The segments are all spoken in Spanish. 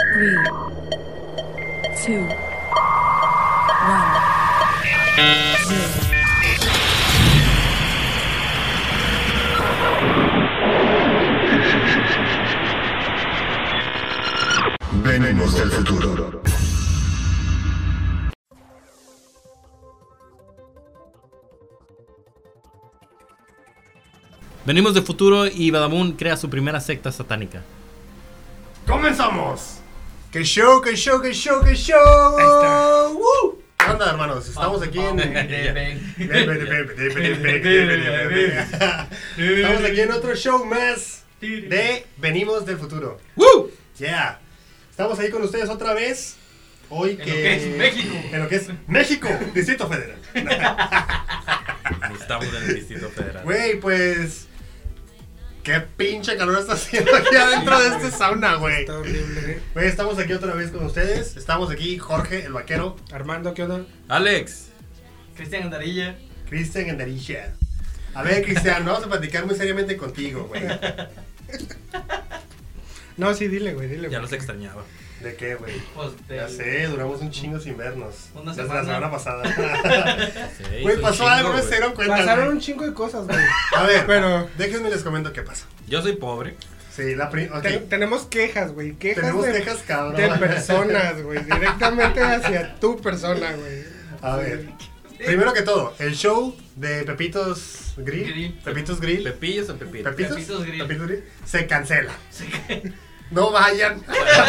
Three, two, one, zero. Venimos del futuro. Venimos de futuro y Badamun crea su primera secta satánica. ¡Comenzamos! ¡Que show, que show, que show, que show! Ahí está. ¿Qué onda, hermanos? Estamos aquí en. Estamos aquí en otro show más de Venimos del Futuro. ¡Woo! Yeah. Estamos ahí con ustedes otra vez. Hoy que. lo que es México. En lo que es México, Distrito Federal. Estamos en el Distrito Federal. Güey, pues. Qué pinche calor está haciendo aquí adentro de este sauna, güey. Está horrible. Güey, Pues, estamos aquí otra vez con ustedes. Estamos aquí Jorge, el vaquero, Armando, ¿qué onda? Alex, Cristian Andarilla. Cristian Andarisha. A ver, Cristian, vamos a platicar muy seriamente contigo, güey. No, sí, dile, güey, dile. ya güey. los extrañaba. ¿De qué, güey? Pues de- Ya sé, duramos un chingo sin vernos. Una Desde la semana. semana pasada. Sí, Güey, hizo pasó un chingo, algo, no güey. se dieron cuenta. Pasaron güey. un chingo de cosas, güey. A ver, Pero- déjenme les comento qué pasó. Yo soy pobre. Sí, la primera. Te- tenemos quejas, güey. Quejas Tenemos de, quejas, cabrón. de personas, güey. Directamente hacia tu persona, güey. A ver. Primero que todo, el show de Pepitos Grill. Grill. Pepitos Grill. Pepillos o pepitos. Pepitos, Pepitos Grill. Pepitos Grill. Se cancela. No vayan.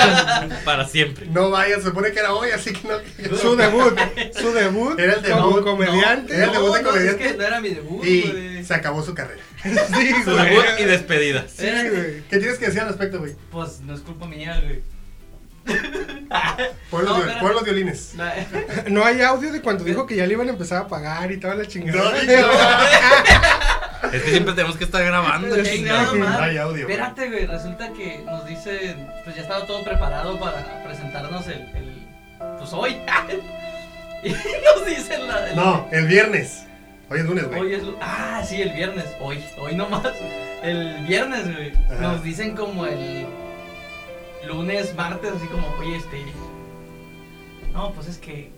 Para siempre. No vayan. Se supone que era hoy, así que no. Su debut. Su debut. Era el Como debut. comediante. Era el debut de no, es comediante. que no era mi debut, Y güey. se acabó su carrera. Sí, Su güey. debut y despedidas. Sí, güey. ¿Qué tienes que decir al respecto, güey? Pues no es culpa mía, güey. Pon, los No, viol- espera. pon los violines. La- No hay audio de cuando dijo que ya le iban a empezar a pagar y toda la No, chingada. dije, no. Es que siempre tenemos que estar grabando. Sí, chingado. no, madre. hay audio, güey. Espérate, güey. Resulta que nos dicen. Pues ya estaba todo preparado para presentarnos el. el- pues hoy. y nos dicen la. el- No, el viernes. Hoy es lunes, Hoy güey. es. lu- Ah, sí, el viernes. Hoy. Hoy nomás. El viernes, güey. Ajá. Nos dicen como el. Lunes, martes, así como, oye, este. No, pues es que.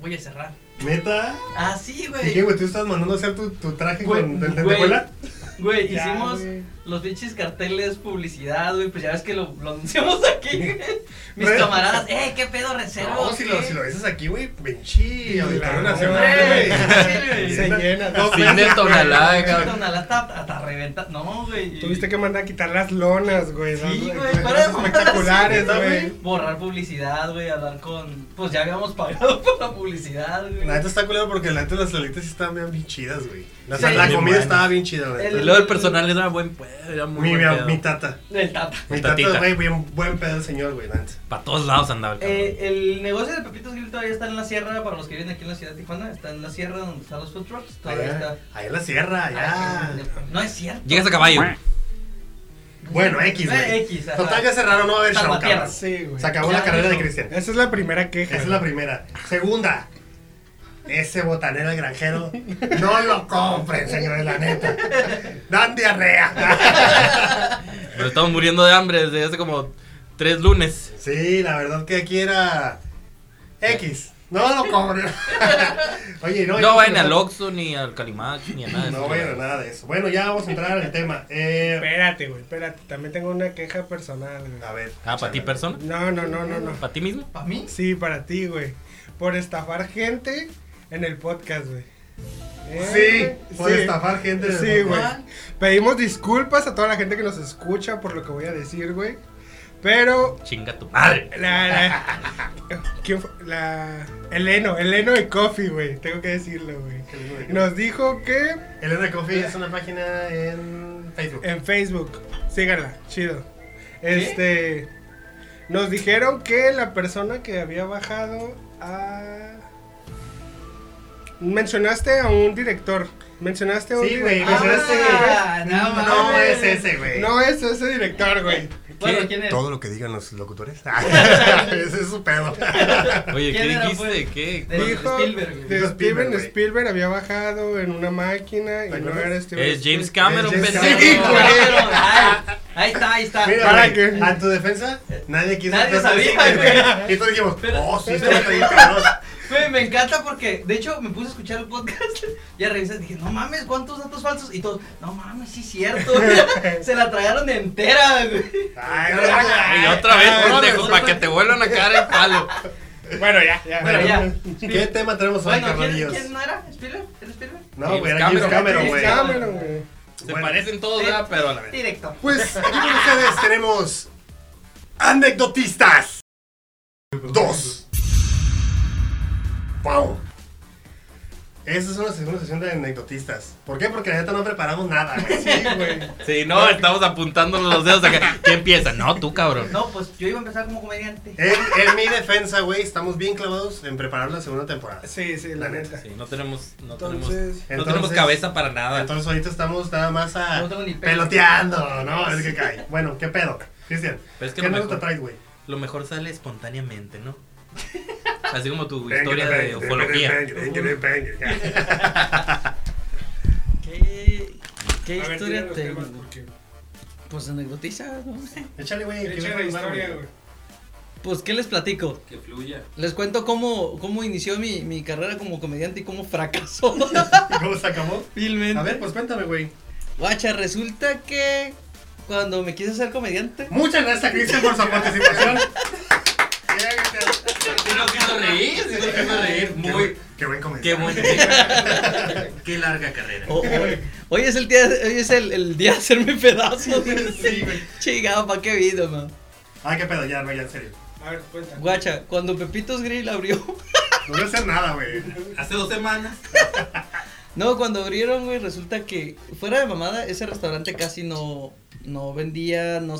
Voy a cerrar. Neta. Ah, sí, ¿Y qué, güey. güey? ¿Tú estás mandando a hacer tu, tu traje Güey, con, de, de- de güey. abuela? Güey, Ya, hicimos güey. los pinches carteles, publicidad, güey. Pues ya ves que lo, lo anunciamos aquí, güey. Mis Güey. camaradas, ¡eh, qué pedo reserva! No, si lo, si lo dices aquí, güey, benchi, auditorio Claro, nacional, güey. güey. Sí, Se llena. No, Cine Tonalá, cabrón. Hasta, hasta, reventar. No, güey. Tuviste que mandar a quitar las lonas, güey. Sí, las- güey, las para cosas de mandar espectaculares, así, güey. Borrar publicidad, güey. Hablar con. Pues ya habíamos pagado por la publicidad, güey. La neta está culero porque la neta las salitas sí estaban bien, bien chidas, güey. La, Sí. la Bien comida buenas. estaba bien chida, güey. El- Y luego el personal era buen pedo. Era muy Mi, mi, buen pedo. mi tata. Del Tata. Mi Tatita. tata, güey, bien buen pedo el señor, güey, la neta. Para todos lados andaba el cabrón. Eh, el negocio de Pepitos Grill todavía está en la sierra, para los que viven aquí en la ciudad de Tijuana, está en la sierra donde están los food trucks, todavía Allá, Ah. está. Ah, allá en la sierra, allá. No es cierto. Llegas a caballo. Bueno, X, Eh, güey. X, ajá. Total que cerraron, no va a haber show, Salvatierra. cabrón. Sí, güey. Se acabó Ya, la carrera de hijo. Cristian. Esa es la primera queja. Esa es güey. la primera. Segunda. Ese botanero el granjero, no lo compren, señores, la neta. Dan diarrea. Pero estamos muriendo de hambre desde hace como tres lunes. Sí, la verdad que aquí era X. No lo compren. Oye, no. No y- vayan al Oxxo, ni al Calimax, ni a nada de eso. No vayan a nada de eso. Bueno, ya vamos a entrar al tema. Eh, Espérate, güey, espérate. También tengo una queja personal, güey. a ver. Eh, Ah, ¿para ti persona? No, no, no, no, no. ¿Para ti mismo? ¿Para mí? Sí, para ti, güey. Por estafar gente en el podcast, güey. Sí, Eh, por estafar gente. en el Sí, güey. podcast. Pedimos disculpas a toda la gente que nos escucha por lo que voy a decir, güey. Pero Chinga tu Ah, madre. la, la- ¿Quién fue? La Eleno, Eleno de Coffee, güey. Tengo que decirlo, güey. Nos dijo que Elena Coffee es una página en Facebook. En Facebook. Síganla, chido. Este. Nos dijeron que la persona que había bajado a. Mencionaste a un director. Mencionaste a un Sí, güey, director. mencionaste- Ah, no, No mames. es ese, güey. No es ese director, güey. Bueno, ¿quién es? Todo lo que digan los locutores. ese es su pedo. Oye, ¿qué ¿Quién era, dijiste? pues? ¿Qué? De Dijo Spielberg, güey. de Dijo Spielberg, Steven güey. Spielberg había bajado en una máquina y ¿Te no acuerdas? era este Steven Es James Spielberg. Cameron, Es James pendejo. Cameron. Cameron, ay, Ahí está, ahí está. Mira, ¿Para güey, Ah, qué? a tu defensa, nadie quiso Nadie hacer así, sabía, güey. Y todos dijimos, Pero- oh, sí, este vato bien cabrón. Güey, me encanta porque, de hecho, me puse a escuchar el podcast. Ya revisé, dije, no mames, ¿cuántos datos falsos? Y todos, no mames, sí, es cierto. Se la tragaron de entera, güey. Ay, güey, Y ay, otra vez, Ah, pendejo, no, para no. que te vuelvan a caer el palo. Bueno, ya, ya. Bueno, ya. ¿Qué tema tenemos hoy, Bueno, ¿quién, carnalillos? ¿quién no era? ¿Spiller? ¿Era Spiller? No, James güey, era James Cameron, Cameron, güey. James Cameron, güey. Se Bueno. parecen todos, Sí. ¿verdad? Pero a la vez. Directo. Pues aquí con ustedes tenemos anecdotistas. Dos. Wow. Esa es una segunda sesión de anecdotistas. ¿Por qué? Porque la neta no preparamos nada, güey. Sí, güey. Sí, no, estamos apuntándonos los dedos acá. ¿Quién empieza? No, tú, cabrón. No, pues yo iba a empezar como comediante. En, en mi defensa, güey, estamos bien clavados en preparar la segunda temporada. Sí, sí, la La neta, neta. Sí, no tenemos, no tenemos, Entonces, no tenemos Entonces- cabeza para nada. Entonces ahorita estamos nada más a No tengo ni pelo. peloteando, ¿no? Es que cae. Bueno, ¿qué pedo? Cristian, Pero es que ¿qué lo anécdota mejor- traes, güey? Lo mejor sale espontáneamente, ¿no? Así como tu Venga, historia de venga, venga, ufología. venga, venga, venga, venga. ¿Qué, qué a ver, historia tira los te.? temas, porque- Pues anecdotiza, ¿no? Échale, güey. ¿qué Echa me la gusta, historia, güey? güey. Pues, ¿qué les platico? Que fluya. Les cuento cómo, cómo inició mi, mi carrera como comediante y cómo fracasó. ¿Cómo se acabó? Filmen. A ver, pues cuéntame, güey. Guacha, resulta que cuando me quise ser comediante. Muchas gracias, Cristian, por su participación. Sí, nos hizo reír, sí, nos hizo reír. Qué Muy, buen- Qué buen qué comentario. buen. Qué larga carrera. Oh, o- o- hoy es el día, hoy es el, el día de hacerme pedazos. Sí, güey. Chingado, ¿para qué vino, man? Ah, qué pedo, ya, güey, ya, en serio. A ver, cuenta. Guacha, cuando Pepitos Grill abrió. No voy a hacer nada, güey. Hace dos semanas. No, cuando abrieron, güey, resulta que fuera de mamada, ese restaurante casi no, no vendía, no,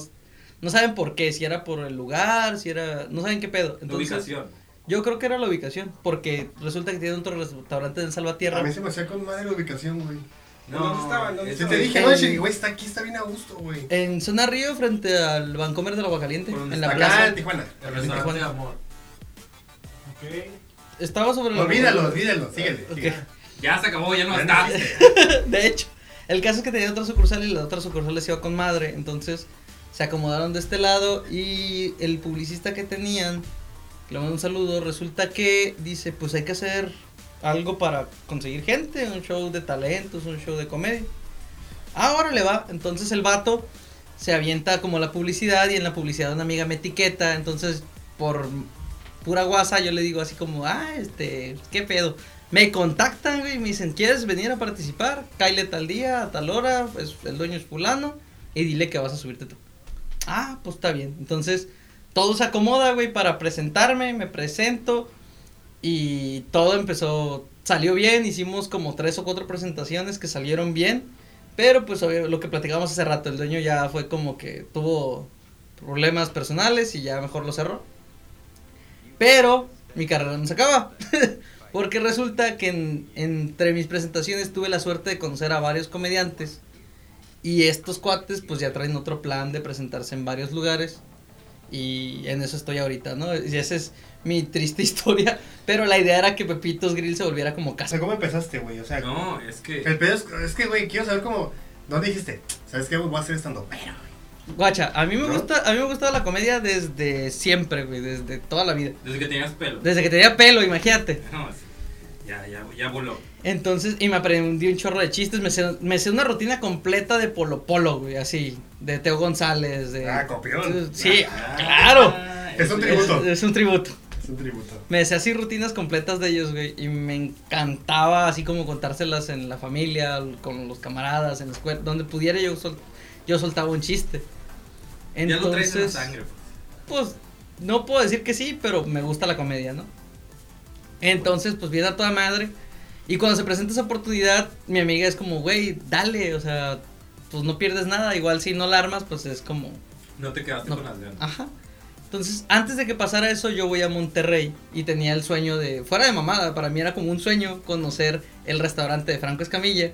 no saben por qué, si era por el lugar, si era, no saben qué pedo. Entonces, Ubicación. Yo creo que era la ubicación, porque resulta que tienen otro restaurante en A Salvatierra. mí se me hacía con madre la ubicación, güey. No, ¿Dónde estaban? ¿Dónde es- Yo este estaban? te dije, no, dije, güey, está aquí, está bien a gusto, güey. En Zona Río, frente al Bancomer del Aguacaliente, ¿Por dónde en la está? Acá plaza. en Tijuana. El restaurante de amor. Ok. Estaba sobre la- Olvídalo, olvídalo, síguele. Ok. síguele. Ya se acabó, ya no Ya está. no De hecho, el caso es que tenía otra sucursal y la otra sucursal les iba con madre. Entonces se acomodaron de este lado y el publicista que tenían, que le mando un saludo, resulta que dice: Pues hay que hacer algo para conseguir gente, un show de talentos, un show de comedia. Ahora le va. Entonces el vato se avienta como la publicidad y en la publicidad una amiga me etiqueta. Entonces, por pura guasa, yo le digo así como: Ah, este, qué pedo. Me contactan, güey, y me dicen, ¿quieres venir a participar? Cáile tal día, a tal hora, pues el dueño es fulano, y dile que vas a subirte tú. Ah, pues está bien. Entonces, todo se acomoda, güey, para presentarme, me presento, y todo empezó, salió bien, hicimos como tres o cuatro presentaciones que salieron bien, pero pues obvio, lo que platicábamos hace rato, el dueño ya fue como que tuvo problemas personales y ya mejor lo cerró. Pero mi carrera no se acaba. Porque resulta que en- entre mis presentaciones tuve la suerte de conocer a varios comediantes. Y estos cuates pues ya traen otro plan de presentarse en varios lugares. Y en eso estoy ahorita, ¿no? Y esa es mi triste historia. Pero la idea era que Pepitos Grill se volviera como O casa. sea, ¿cómo empezaste, güey? O sea, No, es que. el pedo es, es que, güey, quiero saber cómo. ¿Dónde dijiste? ¿Sabes qué? güey? Voy a hacer estando. Pero, Guacha, a mí me ¿No? gusta, a mí me gustaba la comedia desde siempre, güey, desde toda la vida. Desde que tenías pelo. Desde que tenía pelo, imagínate. No, sí. Ya, ya, ya voló. Entonces, y me aprendí un chorro de chistes, me sé, me sé una rutina completa de Polo Polo, güey, así, de Teo González, de... Ah, copión. Sí, Ah, claro. Es un Es, tributo. es un tributo. Es un tributo. Me sé así rutinas completas de ellos, güey, y me encantaba así como contárselas en la familia, con los camaradas, en la escuela, donde pudiera yo, sol- yo soltaba un chiste. Ya lo traes en la Entonces, sangre. pues. pues no puedo decir que sí, pero me gusta la comedia, ¿no? Entonces, pues viene a toda madre. Y cuando se presenta esa oportunidad, mi amiga es como, güey, dale, o sea, pues no pierdes nada. Igual si no la armas, pues es como, No te quedaste No. con las ganas. ajá. Entonces, antes de que pasara eso, yo voy a Monterrey y tenía el sueño de, fuera de mamada, para mí era como un sueño conocer el restaurante de Franco Escamilla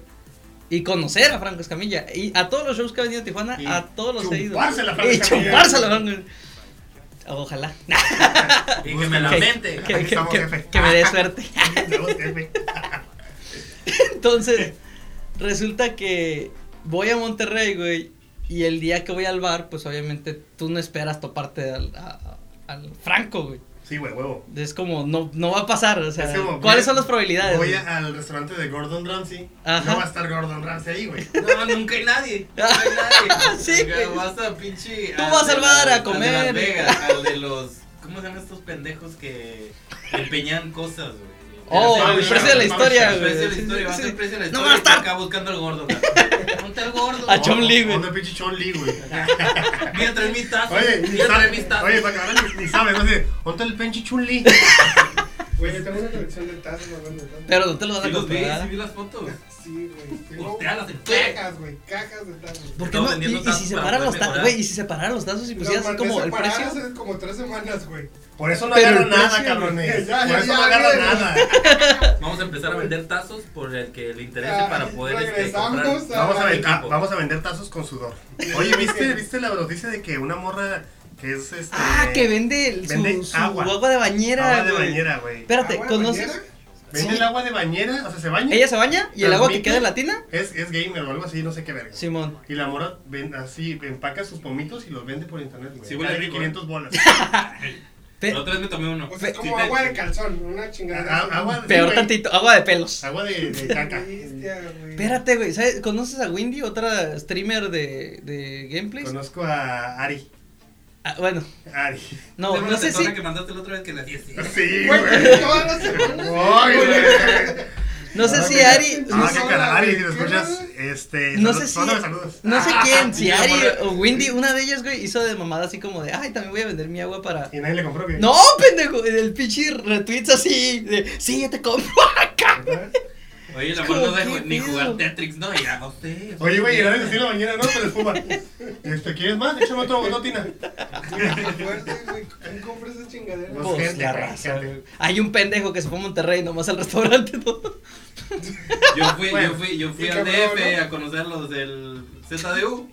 y conocer a Franco Escamilla. Y a todos los shows que ha venido a Tijuana, Y a todos los he ido. Chumpársela, Franco Y Escamilla. chumpársela, Franco. Ojalá. Ah, Y que me la Que- mente. que, Aquí que- estamos, que- jefe. que me dé suerte. No, jefe. Entonces, resulta que voy a Monterrey, güey, Y el día que voy al bar, pues obviamente tú no esperas toparte al, a- a- al Franco, güey. Sí, güey, huevo. Es como, no, no va a pasar, o sea, Es como, ¿cuáles voy- son las probabilidades? Voy güey? a- al restaurante de Gordon Ramsay. Ajá. No va a estar Gordon Ramsay ahí, güey. No, nunca hay nadie. Nunca hay nadie. Ah, Sí, Oiga, güey. Vas a pinche. Tú al vas de al bar la- a al de comer. Las Vegas, al de los. ¿Cómo se llaman estos pendejos que empeñan cosas, güey? Oh, el Publisher, precio de la historia, El precio de la güey. historia. Vas Sí. al precio de la No historia. va a y te estar. Acá buscando al gordo. güey. Ponte al gordo. A Chom Lee, güey. Una Oh, pinche Chon Lee, güey. Mira, trae mi taza. Oye, ni mira, trae sabe, mi taza. oye, para que ahora ni, ni sabe, no sé, ¿dónde el pinche Chun Lee? Güey, yo tengo una colección de tazas, no vendo tazas. Pero no te lo van Sí a los vi, sí comprar. vi las fotos. Sí, güey. Tengo Postealas en cajas, güey. Cajas de tazas. ¿Por qué Estamos no? Y, vendiendo y tazos si para separan poder los tazos, mejorar. güey, y si separan los tazos y pusieras así mandé como el separadas precio. hace como tres semanas, güey. Por eso no Pero agarro el nada, precio, cabrones. ya, Por ya, eso no ya, agarro ya. nada. Vamos a empezar a vender tazos por el que le interese Ah, para poder este, regresamos comprar. a- Vamos a, Ay, ven- ah, vamos a vender tazos con sudor. Oye, ¿viste, ¿viste la noticia de que una morra que es este. Ah, que vende, el- su, vende su agua. agua. de bañera, agua de güey. bañera, güey. Espérate, ¿Agua de ¿conoces? bañera? Vende sí. el agua de bañera, o sea, se baña. Ella se baña y el agua que Transmite. queda en la tina, Es, es gamer o algo así, no sé qué verga. Simón. Y la morra ven- así empaca sus pomitos y los vende por internet, güey. Sí, huele Vale rico, ¿eh? 500 bolas. Pe- La otra vez me tomé uno. O sea, es Sí como te- agua de calzón, una chingada. A- agua, sí, Peor güey. Ah, tantito, agua de pelos. Agua de, de caca. Espérate. Espérate, güey, ¿sabes? ¿Conoces a Windy, otra streamer de, de gameplays? Conozco a Ari. Ah, bueno, Ari. no, Tengo no una sé si... tetona que mandaste la otra vez que la hacía así. Sí, Güey, güey. todas las semanas. Ay, güey. No sé Ah, si que- Ari... No Ah, sé. qué cara, Ari, si lo escuchas, este. No salud- sé si. mándame saludos. Ah, No sé quién, si ya, Ari morra. o Windy, una de ellas, güey, hizo de mamada así como de, ay, también voy a vender mi agua para. Y nadie le compró, güey. No, pendejo, el pinche retweets así, de, sí, yo te compro acá. Oye, la Es mano no como, dejo ¿qué ni pedo? jugar Tetris, no, ya no sé. Oye, güey, llegaron a decir la mañana, ¿no? Pero espuma. Este, ¿quieres más? Échame otro bototina. Fuerte, güey. ¿Quién compra esa chingadera? No. Pues gente, la güey, raza, gente. güey. Hay un pendejo que se fue a Monterrey nomás al restaurante, ¿no? Yo fui, Bueno, yo fui, yo fui y al cabrón, DF ¿no? a conocer los del ZDU.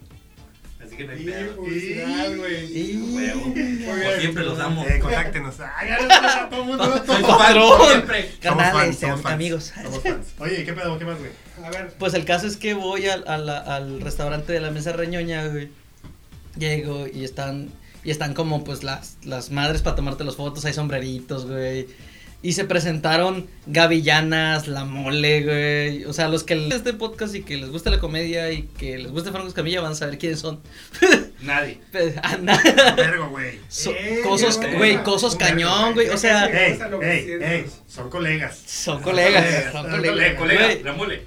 Así que no hay pedo. Publicidad, güey. Y... Muy Como bien. siempre los amo. Eh, contáctenos. Ay, ya, ya, ya, todo el mundo. Soy tu fan, patrón. como siempre. Somos Carnales, fans, somos fans. amigos. Somos fans. Oye, ¿qué pedo? ¿Qué más, güey? A ver. Pues el caso es que voy al, a la- al restaurante de la mesa reñoña, güey. Llego y están y están como pues las, las madres para tomarte las fotos, hay sombreritos, güey. Y se presentaron Gavillanas, La Mole, güey. O sea, los que leen este podcast y que les gusta la comedia y que les gusta Franco Escamilla van a saber quiénes son. Nadie. Pues, anda. Vergo, güey. So- Eh, cosos, qué güey, buena. cosos Un vergo, cañón, güey. güey. O sea, Ey, Vamos a lo que ey, sientes. ey, son colegas. son colegas, colegas, son son colegas. Eh, güey. colega, la mole.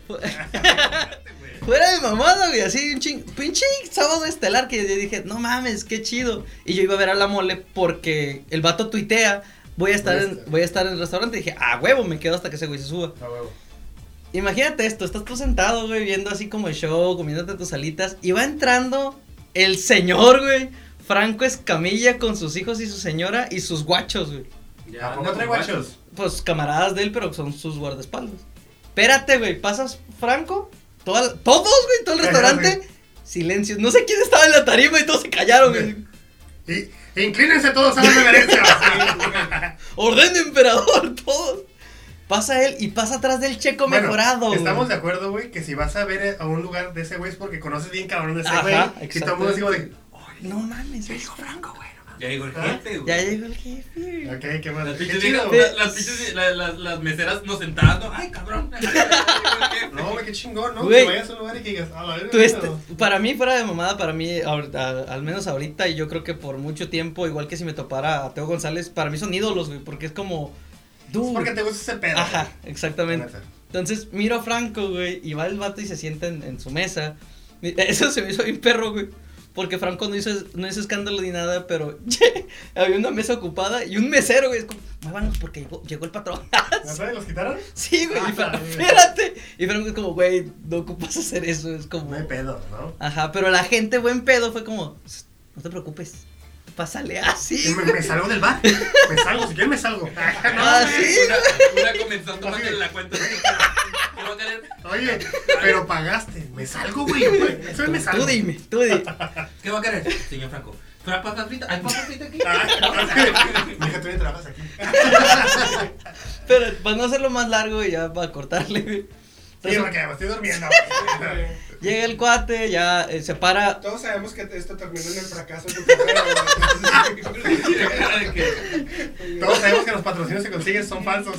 Fuera de mamada, güey, así un ching, pinche sábado estelar que yo dije, no mames, qué chido. Y yo iba a ver a la mole porque el vato tuitea, voy a estar, Voy a en, estar. voy a estar en el restaurante. Y dije, a huevo, me quedo hasta que ese güey se suba. A huevo. Imagínate esto, estás tú sentado, güey, viendo así como el show, comiéndote tus alitas. Y va entrando el señor, güey, Franco Escamilla con sus hijos y su señora y sus guachos, güey. Ya, ¿A poco andan trae borrachos. guachos? Pues camaradas de él, pero son sus guardaespaldas. Espérate, güey, pasas Franco, toda- todos, güey, todo el restaurante, silencio. No sé quién estaba en la tarima y todos se callaron, güey. Y, inclínense todos a la reverencia. Orden de emperador, todos. Pasa él y pasa atrás del checo Bueno, mejorado, güey. Estamos de acuerdo, güey, que si vas a ver a un lugar de ese güey es porque conoces bien cabrón de ese Ajá, güey. Y todo exacto. el mundo así como de, No mames, güey. Ya digo el jefe, Ya güey. llegó el jefe. güey. ok, qué Las más. Qué pinches chido. viejas- la- las pinches- la- las- las meseras nos sentaban, ¿no? Ay, cabrón. Ya llegó el jefe. No, güey, qué chingón, ¿no? Güey. Que vayas a un lugar y que digas, a la verga. Tú este- güey". para mí, fuera de mamada, para mí, ahor- a- al menos ahorita, y yo creo que por mucho tiempo, igual que si me topara a Teo González, para mí son ídolos, güey, porque es como. Es Dude. porque te gusta ese pedo. Ajá, exactamente. Neta. Entonces miro a Franco, güey, y va el vato y se sienta en, en su mesa. Mi- Eso se me hizo bien perro, güey. Porque Franco no hizo, es- no hizo escándalo ni nada, pero che, había una mesa ocupada y un mesero, güey. Es como, muévanos porque llegó, llegó el patrón. ¿Ya sabes, los quitaron? sí, güey. y Ah, Fra- la verga. espérate. Y Franco es como, güey, no ocupas hacer eso. Es como. No hay pedo, ¿no? Ajá, pero la gente, buen pedo, fue como, "Sst, no te preocupes. Pásale ah, así. Y Me, me salgo del bar. Me salgo, si quieres me salgo. Ah, sí, Una, una comenzó a tomarle la cuenta. así, que va a querer- Oye, pero pagaste. Me salgo, güey. güey. Eso es me salgo. Tú dime, tú dime. ¿Qué va a querer, señor Franco? ¿Para papas fritas? ¿Hay papas fritas aquí? Ah, Mija, tú ya trabajas aquí. Pero para no hacerlo más largo y ya para cortarle, güey. Sí, porque me estoy durmiendo. güey. Llega el cuate, ya eh, se para. Todos sabemos que esto terminó en el fracaso de tu carrera, güey. Todos sabemos que los patrocinios que consigues son falsos.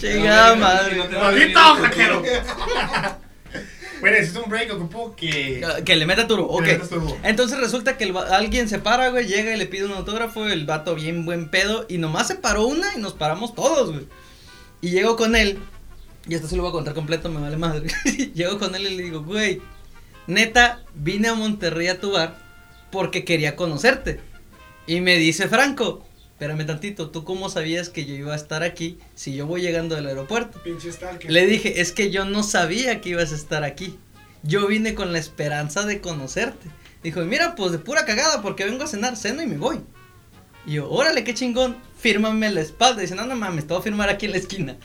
Chingada madre. ¡Maldito hackero! Bueno, necesito un break, ocupo que. Que le meta turbo, que ok. le metas turbo. Entonces resulta que el va- alguien se para, güey, llega y le pide un autógrafo, el vato bien buen pedo, y nomás se paró una y nos paramos todos, güey. Y llego con él, y esto se lo voy a contar completo, me vale madre. llego con él y le digo, güey, neta, vine a Monterrey a tu bar porque quería conocerte. Y me dice Franco, espérame tantito, ¿tú cómo sabías que yo iba a estar aquí si yo voy llegando del aeropuerto? Pinche stalker. Le dije, es que yo no sabía que ibas a estar aquí. Yo vine con la esperanza de conocerte. Dijo, mira, pues de pura cagada, porque vengo a cenar, ceno y me voy. Y yo, órale, qué chingón, fírmame la espalda. Dice, no, no mames, te voy a firmar aquí en la esquina.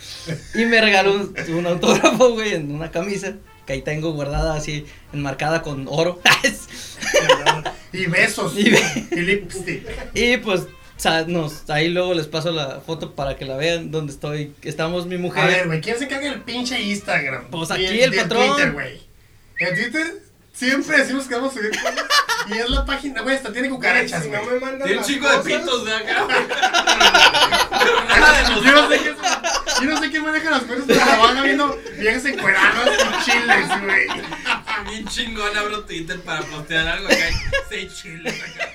Y me regaló un, un autógrafo, güey, en una camisa que ahí tengo guardada así, enmarcada con oro. Y besos. Y Y, be- lipstick. y pues, sa- nos, ahí luego les paso la foto para que la vean donde estoy. Estamos mi mujer. A ver, güey, ¿quién se encarga del pinche Instagram? Pues Y aquí el del patrón. Twitter, güey. En Twitter siempre decimos que vamos a subir cosas. Y es la página, güey, hasta tiene cucarachas, Si güey. no me mandas Tiene un las chico de cosas, pitos de acá. yo no sé qué es, yo no sé quién maneja las cosas, pero la van viendo viejas encueradas con chiles, güey. Bien chingón abro Twitter para postear algo acá. Seis chiles acá.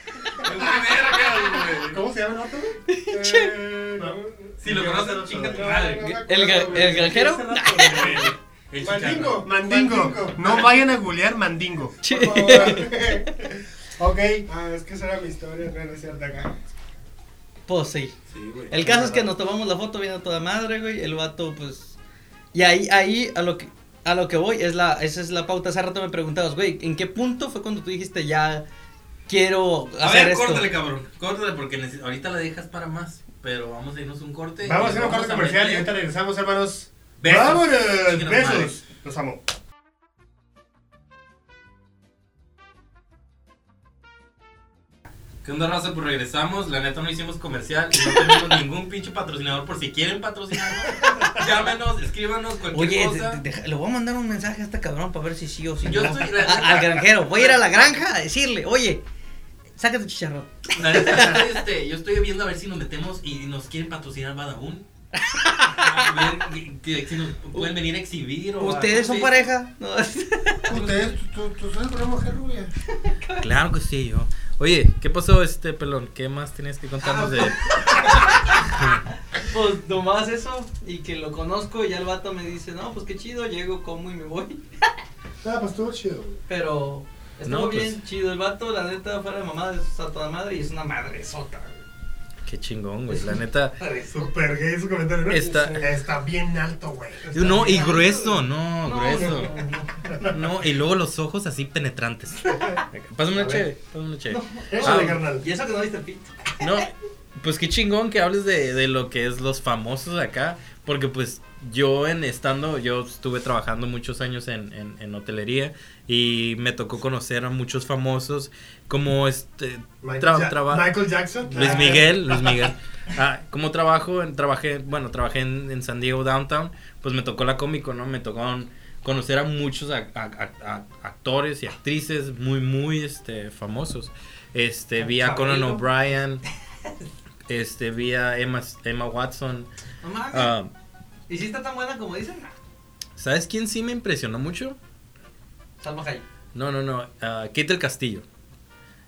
Me voy a ver acá, güey. ¿Cómo se llama el otro? eh, no, Si lo conoces, chinga tu madre. no me acuerdo, ¿El, ga- güey. el granjero? El Mandingo. Mandingo. No vayan a googlear mandingo. Por favor. Ok. Ah, es que esa era mi historia, no, no es cierto acá. Ah, Pues sí. Sí, güey. El caso es que nos tomamos la foto viendo toda madre, güey. El vato, pues. Y ahí, ahí, a lo que. A lo que voy, es la, esa es la pauta. Hace rato me preguntabas, güey, ¿en qué punto fue cuando tú dijiste ya quiero A hacer ver, esto? córtale, cabrón. Córtale porque neces- ahorita la dejas para más. Pero vamos a irnos un corte. Vamos a y hacer un corte comercial y ahorita meter regresamos, hermanos. besos. ¡Vámonos! Chinguen a su madre. ¡Besos! Los amo. ¿Qué onda, raza? Pues regresamos. La neta no hicimos comercial. y No tenemos ningún pinche patrocinador. Por si quieren patrocinarnos, llámenos, escríbanos, cualquier Oye, cosa. de- de- deja- le voy a mandar un mensaje a este cabrón para ver si sí o si Yo no. estoy- la A- neta- al granjero. Voy a ir a la granja a decirle, oye, saca tu chicharrón. La neta, este, yo estoy viendo a ver si nos metemos y nos quieren patrocinar Badabun. A ver que- que si nos pueden venir a exhibir. O a- ¿Ustedes son sí. pareja? No. Ustedes, tú, tú, tú eres una mujer rubia. Claro que sí, yo. Oye, ¿qué pasó, este pelón? ¿Qué más tenías que Ah, contarnos de Pues nomás eso, y que lo conozco, y ya el vato me dice, no, pues qué chido, llego, como y me voy. Ah, pues estuvo chido, güey. Pero estuvo No, pues. bien chido. El vato, la neta, fuera de mamá, es a toda madre y es una madresota. güey. Qué chingón, güey. La neta. Super gay su comentario, ¿no? Está- Está bien alto, güey. No, y grueso, no, No, grueso. no, no, no. No, y luego los ojos así penetrantes. Pásame una cheve, pásame una cheve. Échale, Ah. carnal. Y eso que no viste el pito. No, pues qué chingón que hables de, de lo que es los famosos de acá, porque pues yo en estando, yo estuve trabajando muchos años en, en, en hotelería y me tocó conocer a muchos famosos como este... Michael, tra- Ja- traba- Michael Jackson. Luis Miguel, Luis Miguel. Ah, como trabajo, en, trabajé, bueno, trabajé en, en San Diego Downtown, pues me tocó la cómico, ¿no? Me tocó conocer a muchos ac- ac- ac- actores y actrices muy, muy, este, famosos. Este, vi a Conan Chabelo. O'Brien, este, vi a Emma, Emma Watson. No mames. Ah, ¿Y si está tan buena como dicen? ¿Sabes quién sí me impresionó mucho? Salma Hayek. No, no, no. ah, Kate del Castillo.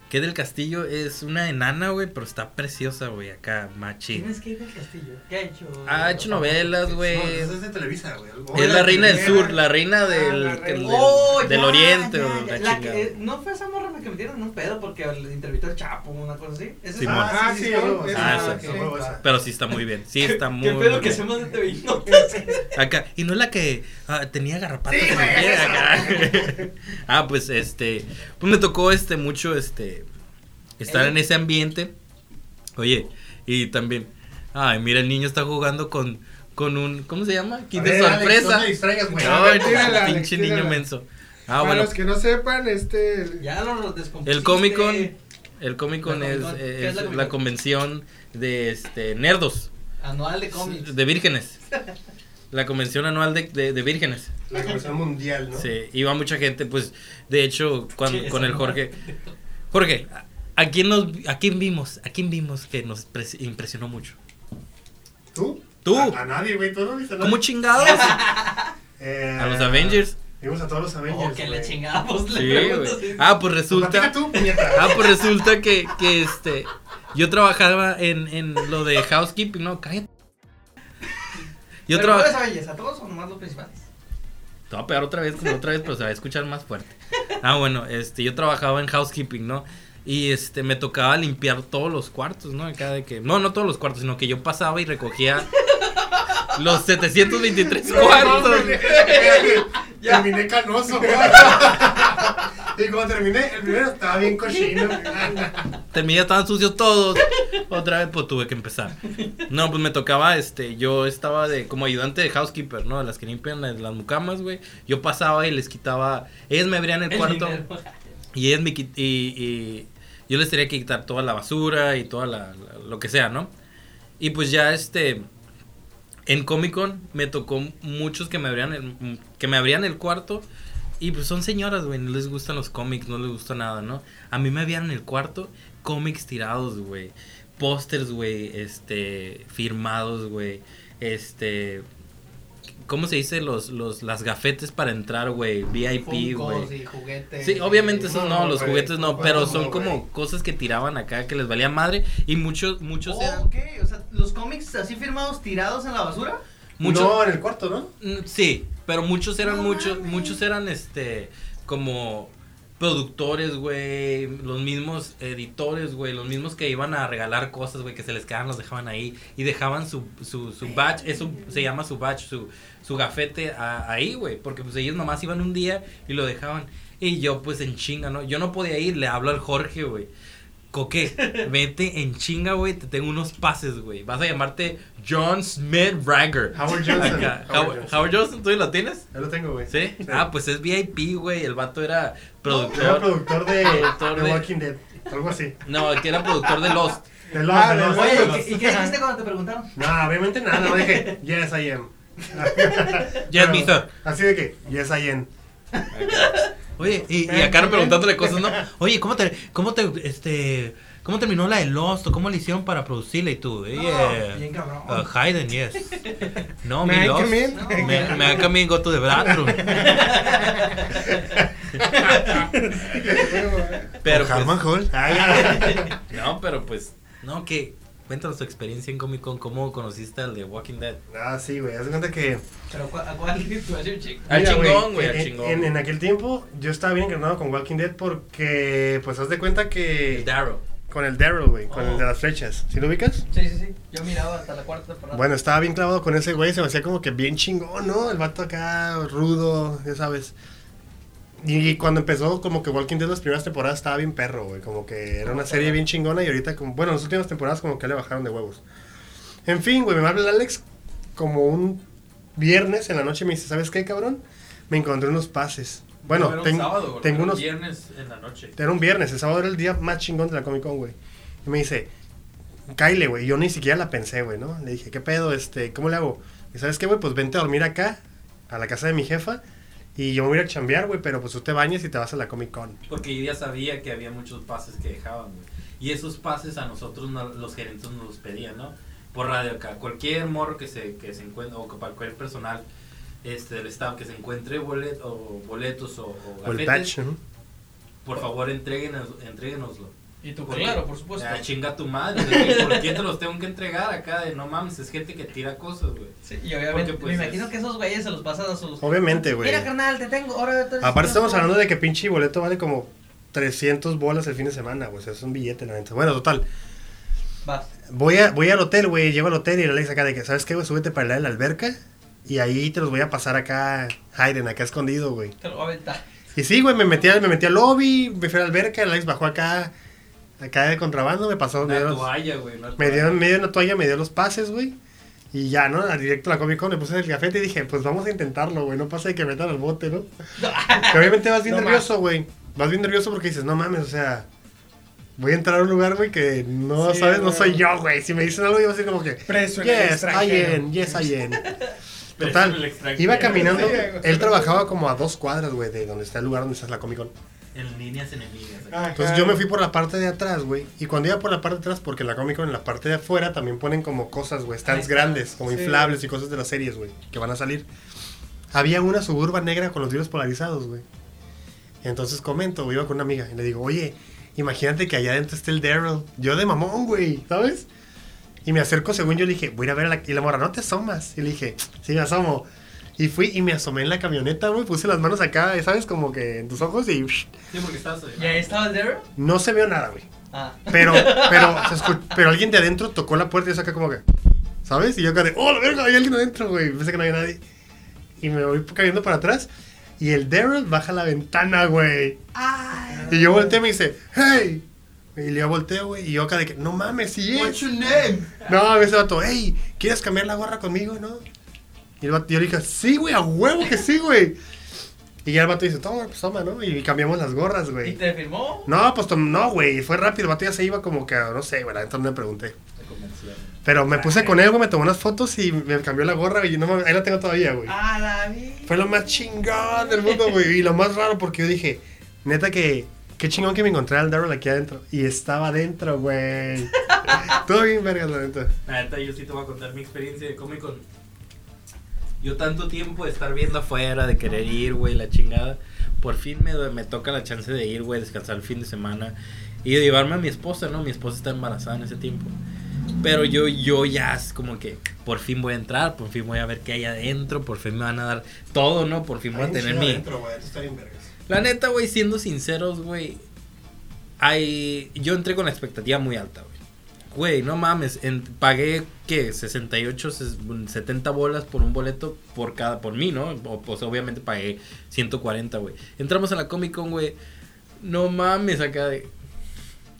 Kate del Castillo es una enana, güey, pero está preciosa, güey, acá, machi. ¿Quién es Kate del Castillo? ¿Qué ha hecho? Ha hecho novelas, güey. No, ese es de Televisa, güey. algo. Es la reina del sur, la reina del, la reina. del- Oh, del ya, oriente. ya, o la ya. La chingada. que- eh, no fue esa morra la que metieron en un pedo porque le entrevistó el Chapo o una cosa así. ¿Es esa? Simón. Ah, sí, sí, sí, Ah, huevo, sí, ah, huevo, esa. sí, huevo, esa. Pero sí está muy bien, sí está muy, ¿Qué pedo muy que bien. se más de TV no Acá, y no es la que ah, tenía garrapatas Sí, en el güey, pie, esa. acá. ah, pues este, pues me tocó este mucho este estar en ese ambiente. Oye, y también, ay, mira, el niño está jugando con con un ¿cómo se llama? Kit A de ver, Alex, sorpresa. No te distraigas, güey. Ay, pues, Tírala, Alex, pinche tírala. niño menso. Ah, Para bueno. los que no sepan, este. Ya lo descompusiste. El Comic Con, el Comic Con La es, Comic Con. es ¿Qué es la Comic la Con? convención de este nerdos, Anual de cómics. de vírgenes. la convención anual de, de- de vírgenes. La Comisión Mundial, ¿no? Sí, iba mucha gente, pues, de hecho, cuan- Sí, con esa el Jorge. Jorge, ¿a- ¿a quién, nos, ¿a quién vimos? ¿A quién vimos que nos pres- impresionó mucho? ¿Tú? Tú. A, a nadie, güey. Tú no viste a nadie. ¿Cómo chingados? Eh, A los Avengers. Vimos a todos los Avengers. Oh, que güey. le chingamos, le Sí, preguntas güey. y- Ah, pues resulta. Platica tú, puñeta. Ah, pues resulta que, que este. Yo trabajaba en, en lo de housekeeping, no, cállate. Yo ¿Pero pues- cuáles trabajaba. sabes? ¿A todos o nomás los principales? Te voy a pegar otra vez, como otra vez, pero se va a escuchar más fuerte. Ah, bueno, este, yo trabajaba en housekeeping, ¿no? Y este, me tocaba limpiar todos los cuartos, ¿no? Acá de que. No, no todos los cuartos, sino que yo pasaba y recogía los 723 cuartos. Terminé canoso, güey. Y cuando terminé, el primero estaba bien cochino. terminé ya estaban sucios todos. Otra vez, pues tuve que empezar. No, pues me tocaba, este, yo estaba de como ayudante de housekeeper, ¿no? Las que limpian las, las mucamas, güey. Yo pasaba y les quitaba. Ellas me abrían el, El cuarto. dinero. Y ellas me quit- y, y yo les tenía que quitar toda la basura y toda la, la- lo que sea, ¿no? Y pues ya este en Comic Con me tocó muchos que me abrían el, que me abrían el cuarto y pues son señoras, güey, no les gustan los cómics, no les gusta nada, ¿no? A mí me abrían el cuarto cómics tirados, güey, pósters, güey, este firmados, güey, este ¿Cómo se dice los, los las gafetes para entrar, güey? VIP, güey. Funkos y juguetes. Sí, obviamente esos No, no, los güey, juguetes no, no, pero no, son güey. como cosas que tiraban acá que les valía madre y muchos muchos Oh, eran ok, o sea, los cómics así firmados tirados en la basura. muchos No, en el cuarto, ¿no? Mm, sí, pero muchos eran No muchos mames. muchos eran este como productores, güey, los mismos editores, güey, los mismos que iban a regalar cosas, güey, que se les quedaban, los dejaban ahí y dejaban su su su batch, eso se llama su batch, su su gafete a- ahí, güey, porque pues ellos nomás iban un día y lo dejaban. Y yo pues en chinga, ¿no? Yo no podía ir, le hablo al Jorge, güey. Coque, vete en chinga, güey, te tengo unos pases, güey. Vas a llamarte John Smith Ranger. Howard Johnson. Acá, Howard Howard, Johnson. Howard Johnson, ¿tú lo tienes? Ya lo tengo, güey. ¿Sí? Sí. Ah, pues es VIP, güey. El vato era Era productor. productor de, Productor de de- Walking Dead. Algo así. No, el que era productor de Lost. De Lost, Ah, de de Lost. Lost. Oye, de ¿y Lost. qué, y qué dijiste cuando te preguntaron? No, obviamente nada, no dije, yes I am. Yes, Pero, mister. Así de que, yes I am. Oye, y, y acá preguntándole cosas, ¿no? Oye, ¿cómo te, cómo te, este, cómo terminó la de Lost? ¿O ¿Cómo le hicieron para producirla y tú? eh, No, eh, bien cabrón. uh, Hayden, yes. No, May mi I Lost. come in? Me, me ha cambiado goto de bathroom. Pero Con Harman pues, Hall. Ah, no, pero pues, no, que cuéntanos tu experiencia en Comic Con, cómo conociste al de Walking Dead. Ah, sí, güey. Haz de cuenta que. Pero ¿cuál- ¿a cuál situación, chico? Al Mira, chingón, güey, al en- chingón. En, en aquel tiempo yo estaba bien encarnado con Walking Dead porque, pues, haz de cuenta que. El Darrow. Con el Daryl, güey. Con Oh. el de las flechas. ¿Sí lo ubicas? Sí, sí, sí. Yo miraba hasta la cuarta temporada. Bueno, estaba bien clavado con ese güey, se me hacía como que bien chingón, ¿no? El vato acá, rudo, ya sabes. Y cuando empezó, como que Walking Dead las primeras temporadas estaba bien perro, güey. Como que era una serie bien chingona y ahorita, como, bueno, las últimas temporadas como que le bajaron de huevos. En fin, güey, me habla el Alex como un viernes en la noche me dice, ¿sabes qué, cabrón? Me encontré unos pases. Bueno, No, era un ten- sábado, güey, tengo era un unos... viernes en la noche. Era un viernes, el sábado era el día más chingón de la Comic Con, güey. Y me dice, Kyle, güey. Yo ni siquiera la pensé, güey, ¿no? Le dije, ¿qué pedo? Este, ¿cómo le hago? Y sabes qué, güey, pues vente a dormir acá, a la casa de mi jefa. Y yo me voy a ir a chambear, güey, pero pues tú te bañas y te vas a la Comic Con. Porque yo ya sabía que había muchos pases que dejaban, güey. Y esos pases a nosotros no- los gerentes nos los pedían, ¿no? Por radio acá. Cualquier morro que se, que se encuentre, o que cualquier personal este, del staff que se encuentre bolet, o boletos o, o O el gafetes, patch, ¿no? por favor entréguenos, entréguenoslo. Y tú, Porque, claro, por supuesto. ah, chinga tu madre, güey, ¿por qué te los tengo que entregar acá? De no mames, es gente que tira cosas, güey. Sí, y obviamente, Porque, pues, me imagino es- que esos güeyes se los pasan a sus... Obviamente, güey. Mira, carnal, te tengo, ahora... tú eres- Aparte estamos hablando de que pinche boleto vale como 300 bolas el fin de semana, güey. O sea, es un billete, la neta. Bueno, total. Vas. Voy, a, voy al hotel, güey. Llevo al hotel y el Alex acá de que, ¿sabes qué, güey? Súbete para el lado de la alberca. Y ahí te los voy a pasar acá, Hayden, acá escondido, güey. Te lo voy a aventar. Y sí, güey, me metí, al- me metí al lobby, me fui a la alberca, el Alex bajó acá, acá de contrabando, me pasó, me Una dieron, toalla, güey. una me toalla. dieron me dieron una toalla, me dio los pases, güey. Y ya, ¿no? Al directo a la Comic Con, le puse el gafete y dije, pues vamos a intentarlo, güey, no pasa de que metan al bote, ¿no? que obviamente vas bien No nervioso, güey. Vas bien nervioso porque dices, no mames, o sea, voy a entrar a un lugar, güey, que no Sí, sabes, no güey. soy yo, güey. Si me dicen algo, yo voy a decir como que, Preso en el yes, I extranjero. am, yes, I am. el Total, extracto. iba caminando. Sí, güey. Él trabajaba como a dos cuadras, güey, de donde está el lugar donde está la Comic Con. En líneas enemigas. Ajá. Entonces yo me fui por la parte de atrás, güey. Y cuando iba por la parte de atrás, porque en la Comic Con en la parte de afuera también ponen como cosas, güey, stands grandes, como Sí. inflables y cosas de las series, güey, que van a salir. Había una suburba negra con los vidrios polarizados, güey. Entonces comento, güey, iba con una amiga y le digo, oye, imagínate que allá adentro esté el Daryl. Yo de mamón, güey, ¿sabes? Y me acerco, según yo le dije, voy a ir a ver a la. Y la morra, no te asomas. Y le dije, sí, me asomo. Y fui y me asomé en la camioneta, güey, puse las manos acá, ¿sabes? Como que en tus ojos y. Sí, porque estás. ¿Y ahí estaba el Daryl? No se vio nada, güey. Ah. Pero, pero, se escu- pero alguien de adentro tocó la puerta y yo acá como que, ¿sabes? Y yo acá de, ¡oh, la verga! Hay alguien adentro, güey. Pensé que no había nadie. Y me voy cayendo para atrás. Y el Daryl baja la ventana, güey. Y yo volteo y me dice, ¡hey! Y yo volteo, güey. Y yo acá de que, no mames, sí es. your name? No, me dice el vato, hey, ¿quieres cambiar la gorra conmigo, no? Y el vato, yo le dije, sí, güey, a huevo que sí, güey. Y ya el vato dice, toma, pues toma, ¿no? Y cambiamos las gorras, güey. ¿Y te firmó? No, pues tom- no, güey, fue rápido, el vato ya se iba como que, no sé, güey, entonces no me pregunté. Pero Ah, me puse con él, güey, me tomó unas fotos y me cambió la gorra, güey, y no mames, ahí la tengo todavía, güey. Ah, la vi. Fue lo más chingón del mundo, güey, y lo más raro porque yo dije, neta que, qué chingón que me encontré al Daryl aquí adentro. Y estaba adentro, güey. Todo bien, verga, la neta. La neta, yo sí te voy a contar mi experiencia de Comic Con. Yo tanto tiempo de estar viendo afuera, de querer ir, güey, la chingada. Por fin me, me toca la chance de ir, güey, descansar el fin de semana. Y de llevarme a mi esposa, ¿no? Mi esposa está embarazada en ese tiempo. Pero yo, yo ya es como que por fin voy a entrar, por fin voy a ver qué hay adentro, por fin me van a dar todo, ¿no? Por fin voy a tener mi... güey, está bien, vergas. La neta, güey, siendo sinceros, güey. Hay... Yo entré con la expectativa muy alta, güey. Güey, no mames. en- Pagué, ¿qué? 68, ses- 70 bolas por un boleto por cada... Por mí, ¿no? O, pues obviamente pagué 140, güey. Entramos a la Comic Con, güey. No mames, acá de...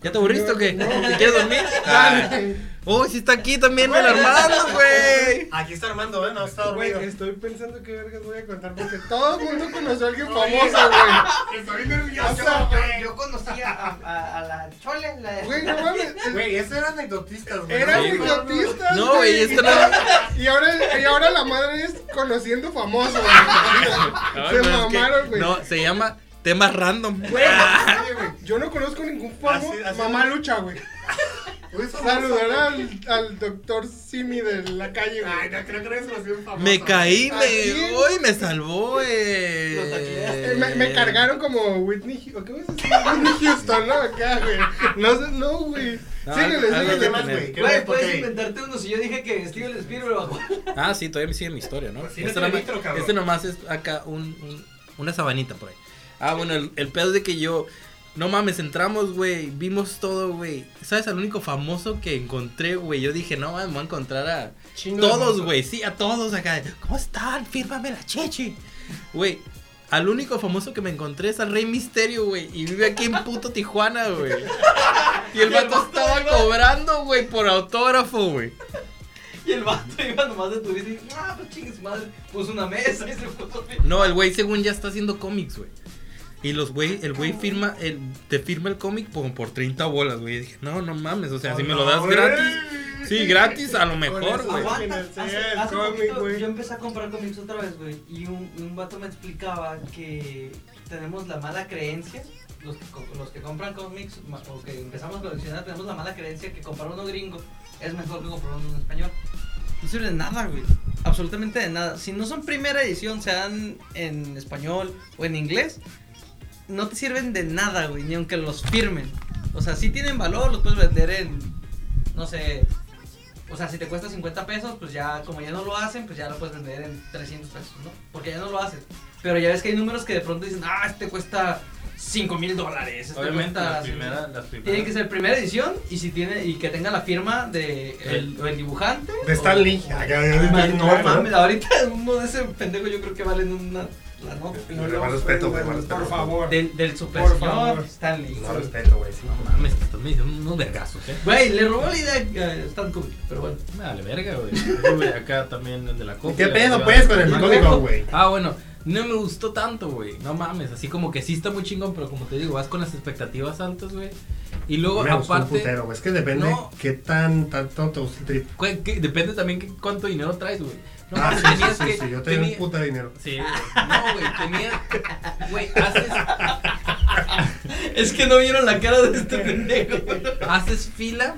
¿Ya te aburriste o qué? ¿Te quieres dormir? Dale. Ah. Oh, si está aquí también el Armando, güey. Aquí está Armando, ¿eh? No, está Güey, dormido. estoy pensando qué vergas voy a contar porque todo el mundo conoció a alguien famoso, güey. Estoy Yo, nervioso, yo- yo conocí a, a, a la Chole, la de. Güey, no mames. Güey, ese era anecdotista, güey. Era Sí, muy idiotista. No, güey, esto no... Y ahora, y ahora la madre es conociendo famoso, güey. Se Pero es que- mamaron, güey. No, se llama temas random. Güey, oye, güey, yo no conozco ningún famoso. Así- así- Mamá lucha, güey. Saludar al, al doctor Simi de la calle, güey. Ay, no, creo que eres conocido un famoso. Me caí, me, Así es. uy, me salvó, eh. Lo taqueaste. Eh, Me, me cargaron como Whitney, Hu- ¿o ¿qué vas a decir? Whitney Houston, ¿no? Acá, güey. No, sé- no, güey. No, Síguele, algo- algo síguele. de- más, güey? ¿Qué más? Güey, puedes Ok. inventarte uno. Si yo dije que Steven Spielberg. Ah, sí, todavía me sigue mi historia, ¿no? Pues sí, no te nomás, registro, cabrón. este nomás es acá un, un- una sabanita por ahí. Ah, bueno, el, el pedo es de que yo, no mames, entramos, güey, vimos todo, güey. ¿Sabes? Al único famoso que encontré, güey, yo dije, no mames, me voy a encontrar a Chingo de todos, famosos. güey, sí, a todos acá. ¿Cómo están? Fírmame la cheche. Güey, al único famoso que me encontré es al Rey Misterio, güey, y vive aquí en puto Tijuana, güey. Y el vato estaba cobrando, güey, por autógrafo, güey. Y el vato iba nomás de turista y dije, ah, pues chingue su madre. Puso una mesa y se puso. No, el güey según ya está haciendo cómics, güey. Y los güey, el güey firma, el, te firma el cómic por, por 30 bolas, güey. Y dije, no, no mames, o sea, si me lo das gratis. Sí, gratis, a lo mejor, güey. Aguanta, Sí, hace, el hace cómic, poquito güey. yo empecé a comprar cómics otra vez, güey, y un, un vato me explicaba que tenemos la mala creencia, los que, co- los que compran cómics, ma- o que empezamos a coleccionar, tenemos la mala creencia que comprar uno gringo es mejor que comprar uno en español. No sirve de nada, güey. Absolutamente de nada. Si no son primera edición, sean en español o en inglés, no te sirven de nada, güey. Ni aunque los firmen. O sea, si tienen valor, los puedes vender en, no sé. O sea, si te cuesta 50 pesos, pues ya, como ya no lo hacen, pues ya lo puedes vender en 300 pesos, ¿no? Porque ya no lo hacen. Pero ya ves que hay números que de pronto dicen, ah, este cuesta 5 mil dólares. Este cuesta las 6,000". primeras. Las Tiene que primeras. ser primera edición y si tiene y que tenga la firma de el, o el dibujante. De Stan Lee. Ah, Acá, de- de- o- de- no de- mames, ahorita uno de ese pendejo yo creo que valen una la nota. No, no, más respeto, güey, más respeto. Por favor. Del, del super Por señor favor. Stanley. No este. respeto, güey. sí. No mames, estás me diciendo unos vergazos, eh. Güey, le robó la idea a Stan Kubrick, pero bueno. Me vale verga, güey. Yo, güey. Acá también el de la ¿Y copa. ¿Qué pedo, pues, con el código, güey? Ah, bueno, no me gustó tanto, güey. No mames, así como que sí está muy chingón, pero como te digo, vas con las expectativas altas, güey. Y luego, Me gustó un aparte. putero, güey. Es que depende No. qué tan tanto te gusta el trip. cu- que- depende también que cuánto dinero traes, güey. No, ah, pues, sí, sí, tenías sí, que- sí, Yo tenía un tenía- puta de dinero. Sí, güey. No, güey, tenía. Güey, haces, Es que no vieron la cara de este pendejo. haces fila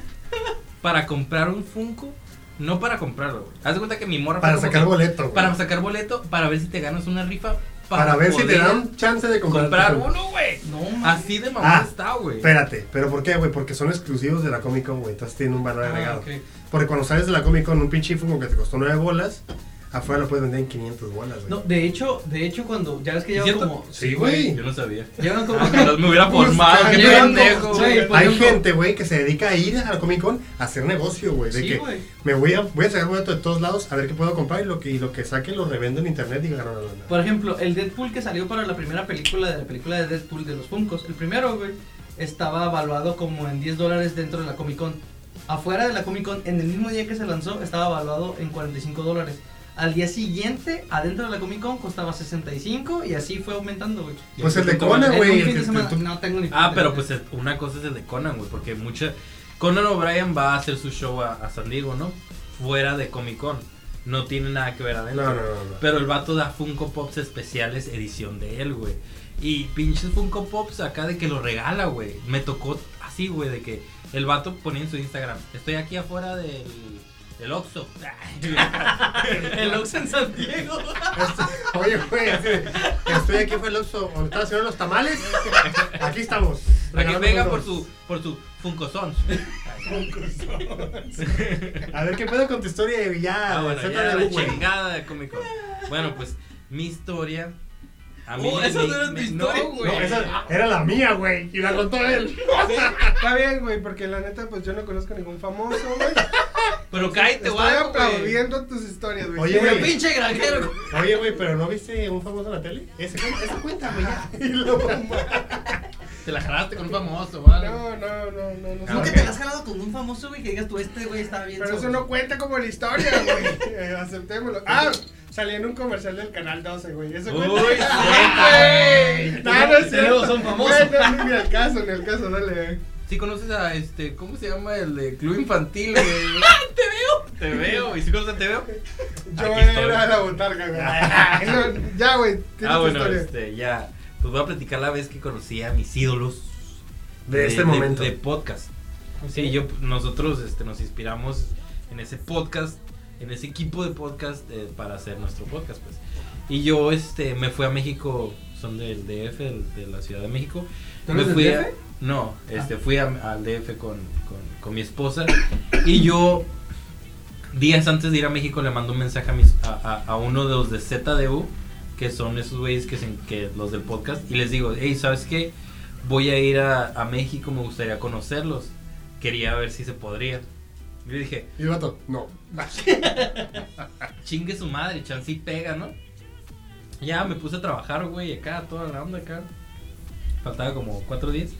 para comprar un Funko, no para comprarlo, güey. Haz de cuenta que mi morra. fue Para como sacar que- boleto, güey. Para sacar boleto, para ver si te ganas una rifa. Para, ver si te poder dan chance de comprar. comprar uno, güey. No, mames. Así de mamá Ah, está, güey. Espérate, pero ¿por qué, güey? Porque son exclusivos de la Comic Con, güey. Entonces tienen un valor Ah, agregado. ok. Porque cuando sales de la Comic Con, un pinche Funko que te costó 9 bolas, afuera lo puedes vender en 500 bolas, güey. No, de hecho, de hecho, cuando ya ves que ¿Es llevan cierto? como. Sí, güey. Yo no sabía. Llevan como. Ah, cabrón, me hubiera formado, qué llevan pendejo, como- güey. güey, por Hay ejemplo- gente, güey, que se dedica a ir a la Comic Con a hacer negocio, güey. De Sí, que güey. me voy a, voy a sacar boleto de todos lados a ver qué puedo comprar y lo que, y lo que saque lo revendo en internet y gano la lana. Pues, Por ejemplo, el Deadpool que salió para la primera película de la película de Deadpool de los Funkos, el primero, güey, estaba valuado como en 10 dólares dentro de la Comic Con. Afuera de la Comic Con, en el mismo día que se lanzó, estaba valuado en 45 dólares. Al día siguiente, adentro de la Comic Con, costaba 65 y así fue aumentando, güey. Pues el de Entonces, Conan, En güey. un el fin de que- semana, tú- no tengo ni Ah, puta pero idea. pues el- una cosa es el de Conan, güey, porque mucha... Conan O'Brien va a hacer su show a, a San Diego, ¿no? Fuera de Comic Con. No tiene nada que ver adentro. No, no, no. no. Pero el vato da Funko Pops especiales edición de él, güey. Y pinches Funko Pops acá de que lo regala, güey. Me tocó así, güey, de que el vato ponía en su Instagram. Estoy aquí afuera del... Del Oxxo. el Oxxo en San Diego. Este- oye, güey, así de, estoy aquí fue el Oxxo, donde están haciendo los tamales. Aquí estamos. Para que regalando venga por boletos. su, por su Funko Sons. A ver qué pedo con tu historia de villar. Ah, bueno, ya Suéltale, la güey. chingada de Comic Con. Bueno, pues mi historia. A Oh, esa no era tu historia, güey. No, esa era la mía, güey. Y la contó él. Está bien, güey, porque la neta, pues yo no conozco ningún famoso, güey. pero cállate, Estoy güey. aplaudiendo tus historias, güey. Oye, güey. Pinche granjero. Oye, güey, pero ¿no viste un famoso en la tele? Ese, ese cuenta, güey. ya. Y lo- Te la jalaste con un famoso, ¿vale? No, no, no, no, no. Ah, Nunca sé. ok. te la has jalado con un famoso, güey, que digas tú, este güey estaba bien. Pero eso sobre- no cuenta como la historia, güey. Eh, aceptémoslo. Ah, salí en un comercial del canal 12, güey. Eso cuenta. Uy, güey. No, no es Y luego cierto. son famosos. Bueno, ni al caso, ni al caso, dale. Si conoces a este, ¿cómo se llama? El de Club Infantil, güey. ¡Te veo! Te veo. ¿Y si conoces a te veo? Yo Aquí estoy. era la botarga, güey. Ah, no, ya, güey. Tienes Ah, tu bueno, historia. este, ya. Pues voy a platicar la vez que conocí a mis ídolos. De este momento. De, podcast. Sí, yo, nosotros este, nos inspiramos en ese podcast, en ese equipo de podcast eh, para hacer nuestro podcast, pues. Y yo este, me fui a México, son del DF, del- de la Ciudad de México. ¿Tú me eres del Ah. fui a- DF? No, este, fui a- al DF con, con, con mi esposa y yo días antes de ir a México le mando un mensaje a, mis, a, a- a uno de los de ZDU, que son esos güeyes que, se, que los del podcast, y les digo, hey, ¿sabes qué? Voy a ir a, a México, me gustaría conocerlos. Quería ver si se podría. Y le dije, Y el vato, no. chingue su madre, chance y pega, ¿no? Ya me puse a trabajar, güey, acá, toda la onda acá. Faltaba como cuatro días.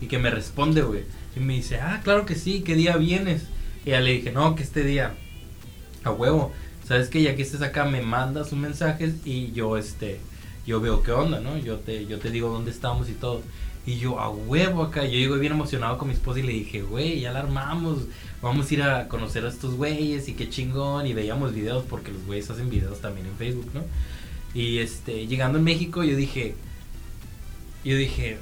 Y que me responde, güey. Y me dice, ah, claro que sí, ¿qué día vienes? Y ya le dije, no, que este día, a huevo. Sabes que ya que estés acá, me mandas un mensaje y yo, este, yo veo qué onda, ¿no? Yo te, yo te digo dónde estamos y todo. Y yo, a huevo acá. Yo llego bien emocionado con mi esposa y le dije, güey, ya la armamos vamos a ir a conocer a estos güeyes y qué chingón. Y veíamos videos porque los güeyes hacen videos también en Facebook, ¿no? Y este, llegando en México, yo dije, yo dije,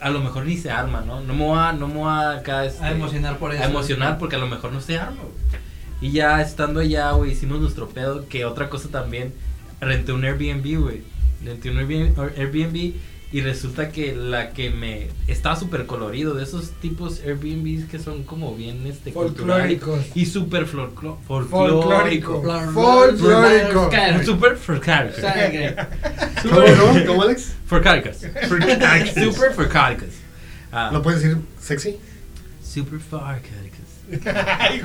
a lo mejor ni se arma, ¿no? No me voy a, no me voy a acá, este, A emocionar por eso. a emocionar porque a lo mejor no se arma, güey. Y ya estando allá, güey, hicimos nuestro pedo. Que otra cosa también, renté un Airbnb, güey. Renté un Airbnb, Airbnb y resulta que la que me. Estaba súper colorido, de esos tipos Airbnbs que son como bien este, culturales. Folclóricos. Y súper folclórico. Folclórico. Folclórico. Folclórico. Súper folclórico. Sangre. ¿Cómo, no? ¿Cómo, Alex? Folclóricos. Súper folclóricos. Ah, ¿Lo puedes decir sexy? Súper folclóricos.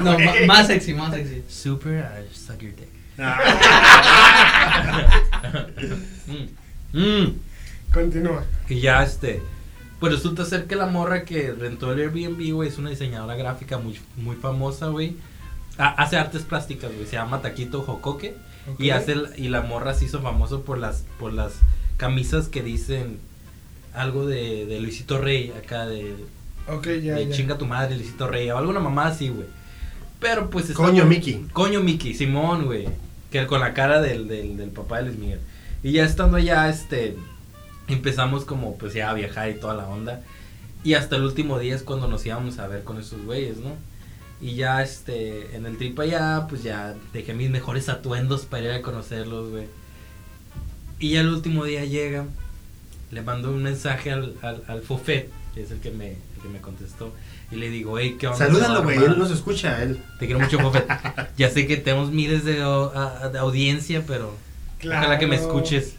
No, ma- más sexy, más sexy. Super I suck your dick. Mm. Mm. Continúa. Y ya este. Pues resulta ser que la morra que rentó el Airbnb, güey, es una diseñadora gráfica muy, muy famosa, güey. Ha- Hace artes plásticas, güey. Se llama Taquito Jocoque. Y, hace, el- y la morra se hizo famoso por las, por las camisas que dicen algo de, de Luisito Rey acá de. Ok, ya, de ya. chinga tu madre, Luisito Rey, o alguna mamá así, güey. Pero pues está- Coño, Mickey. Coño Mickey, Simón, güey. Que con la cara del, del, del papá de Luis Miguel. Y ya estando allá, este, empezamos como pues ya a viajar y toda la onda. Y hasta el último día es cuando nos íbamos a ver con esos güeyes, ¿no? Y ya, este, en el trip allá, pues ya dejé mis mejores atuendos para ir a conocerlos, güey. Y ya el último día llega, le mando un mensaje al, al, al Fofet, que es el que me, el que me contestó. Y le digo, hey, ¿qué onda? Se va a Salúdalo, güey. armar". Él nos escucha, él. Te quiero mucho, Fofet. ya sé que tenemos miles de, o- a- a- de audiencia, pero ojalá que me Claro. escuches.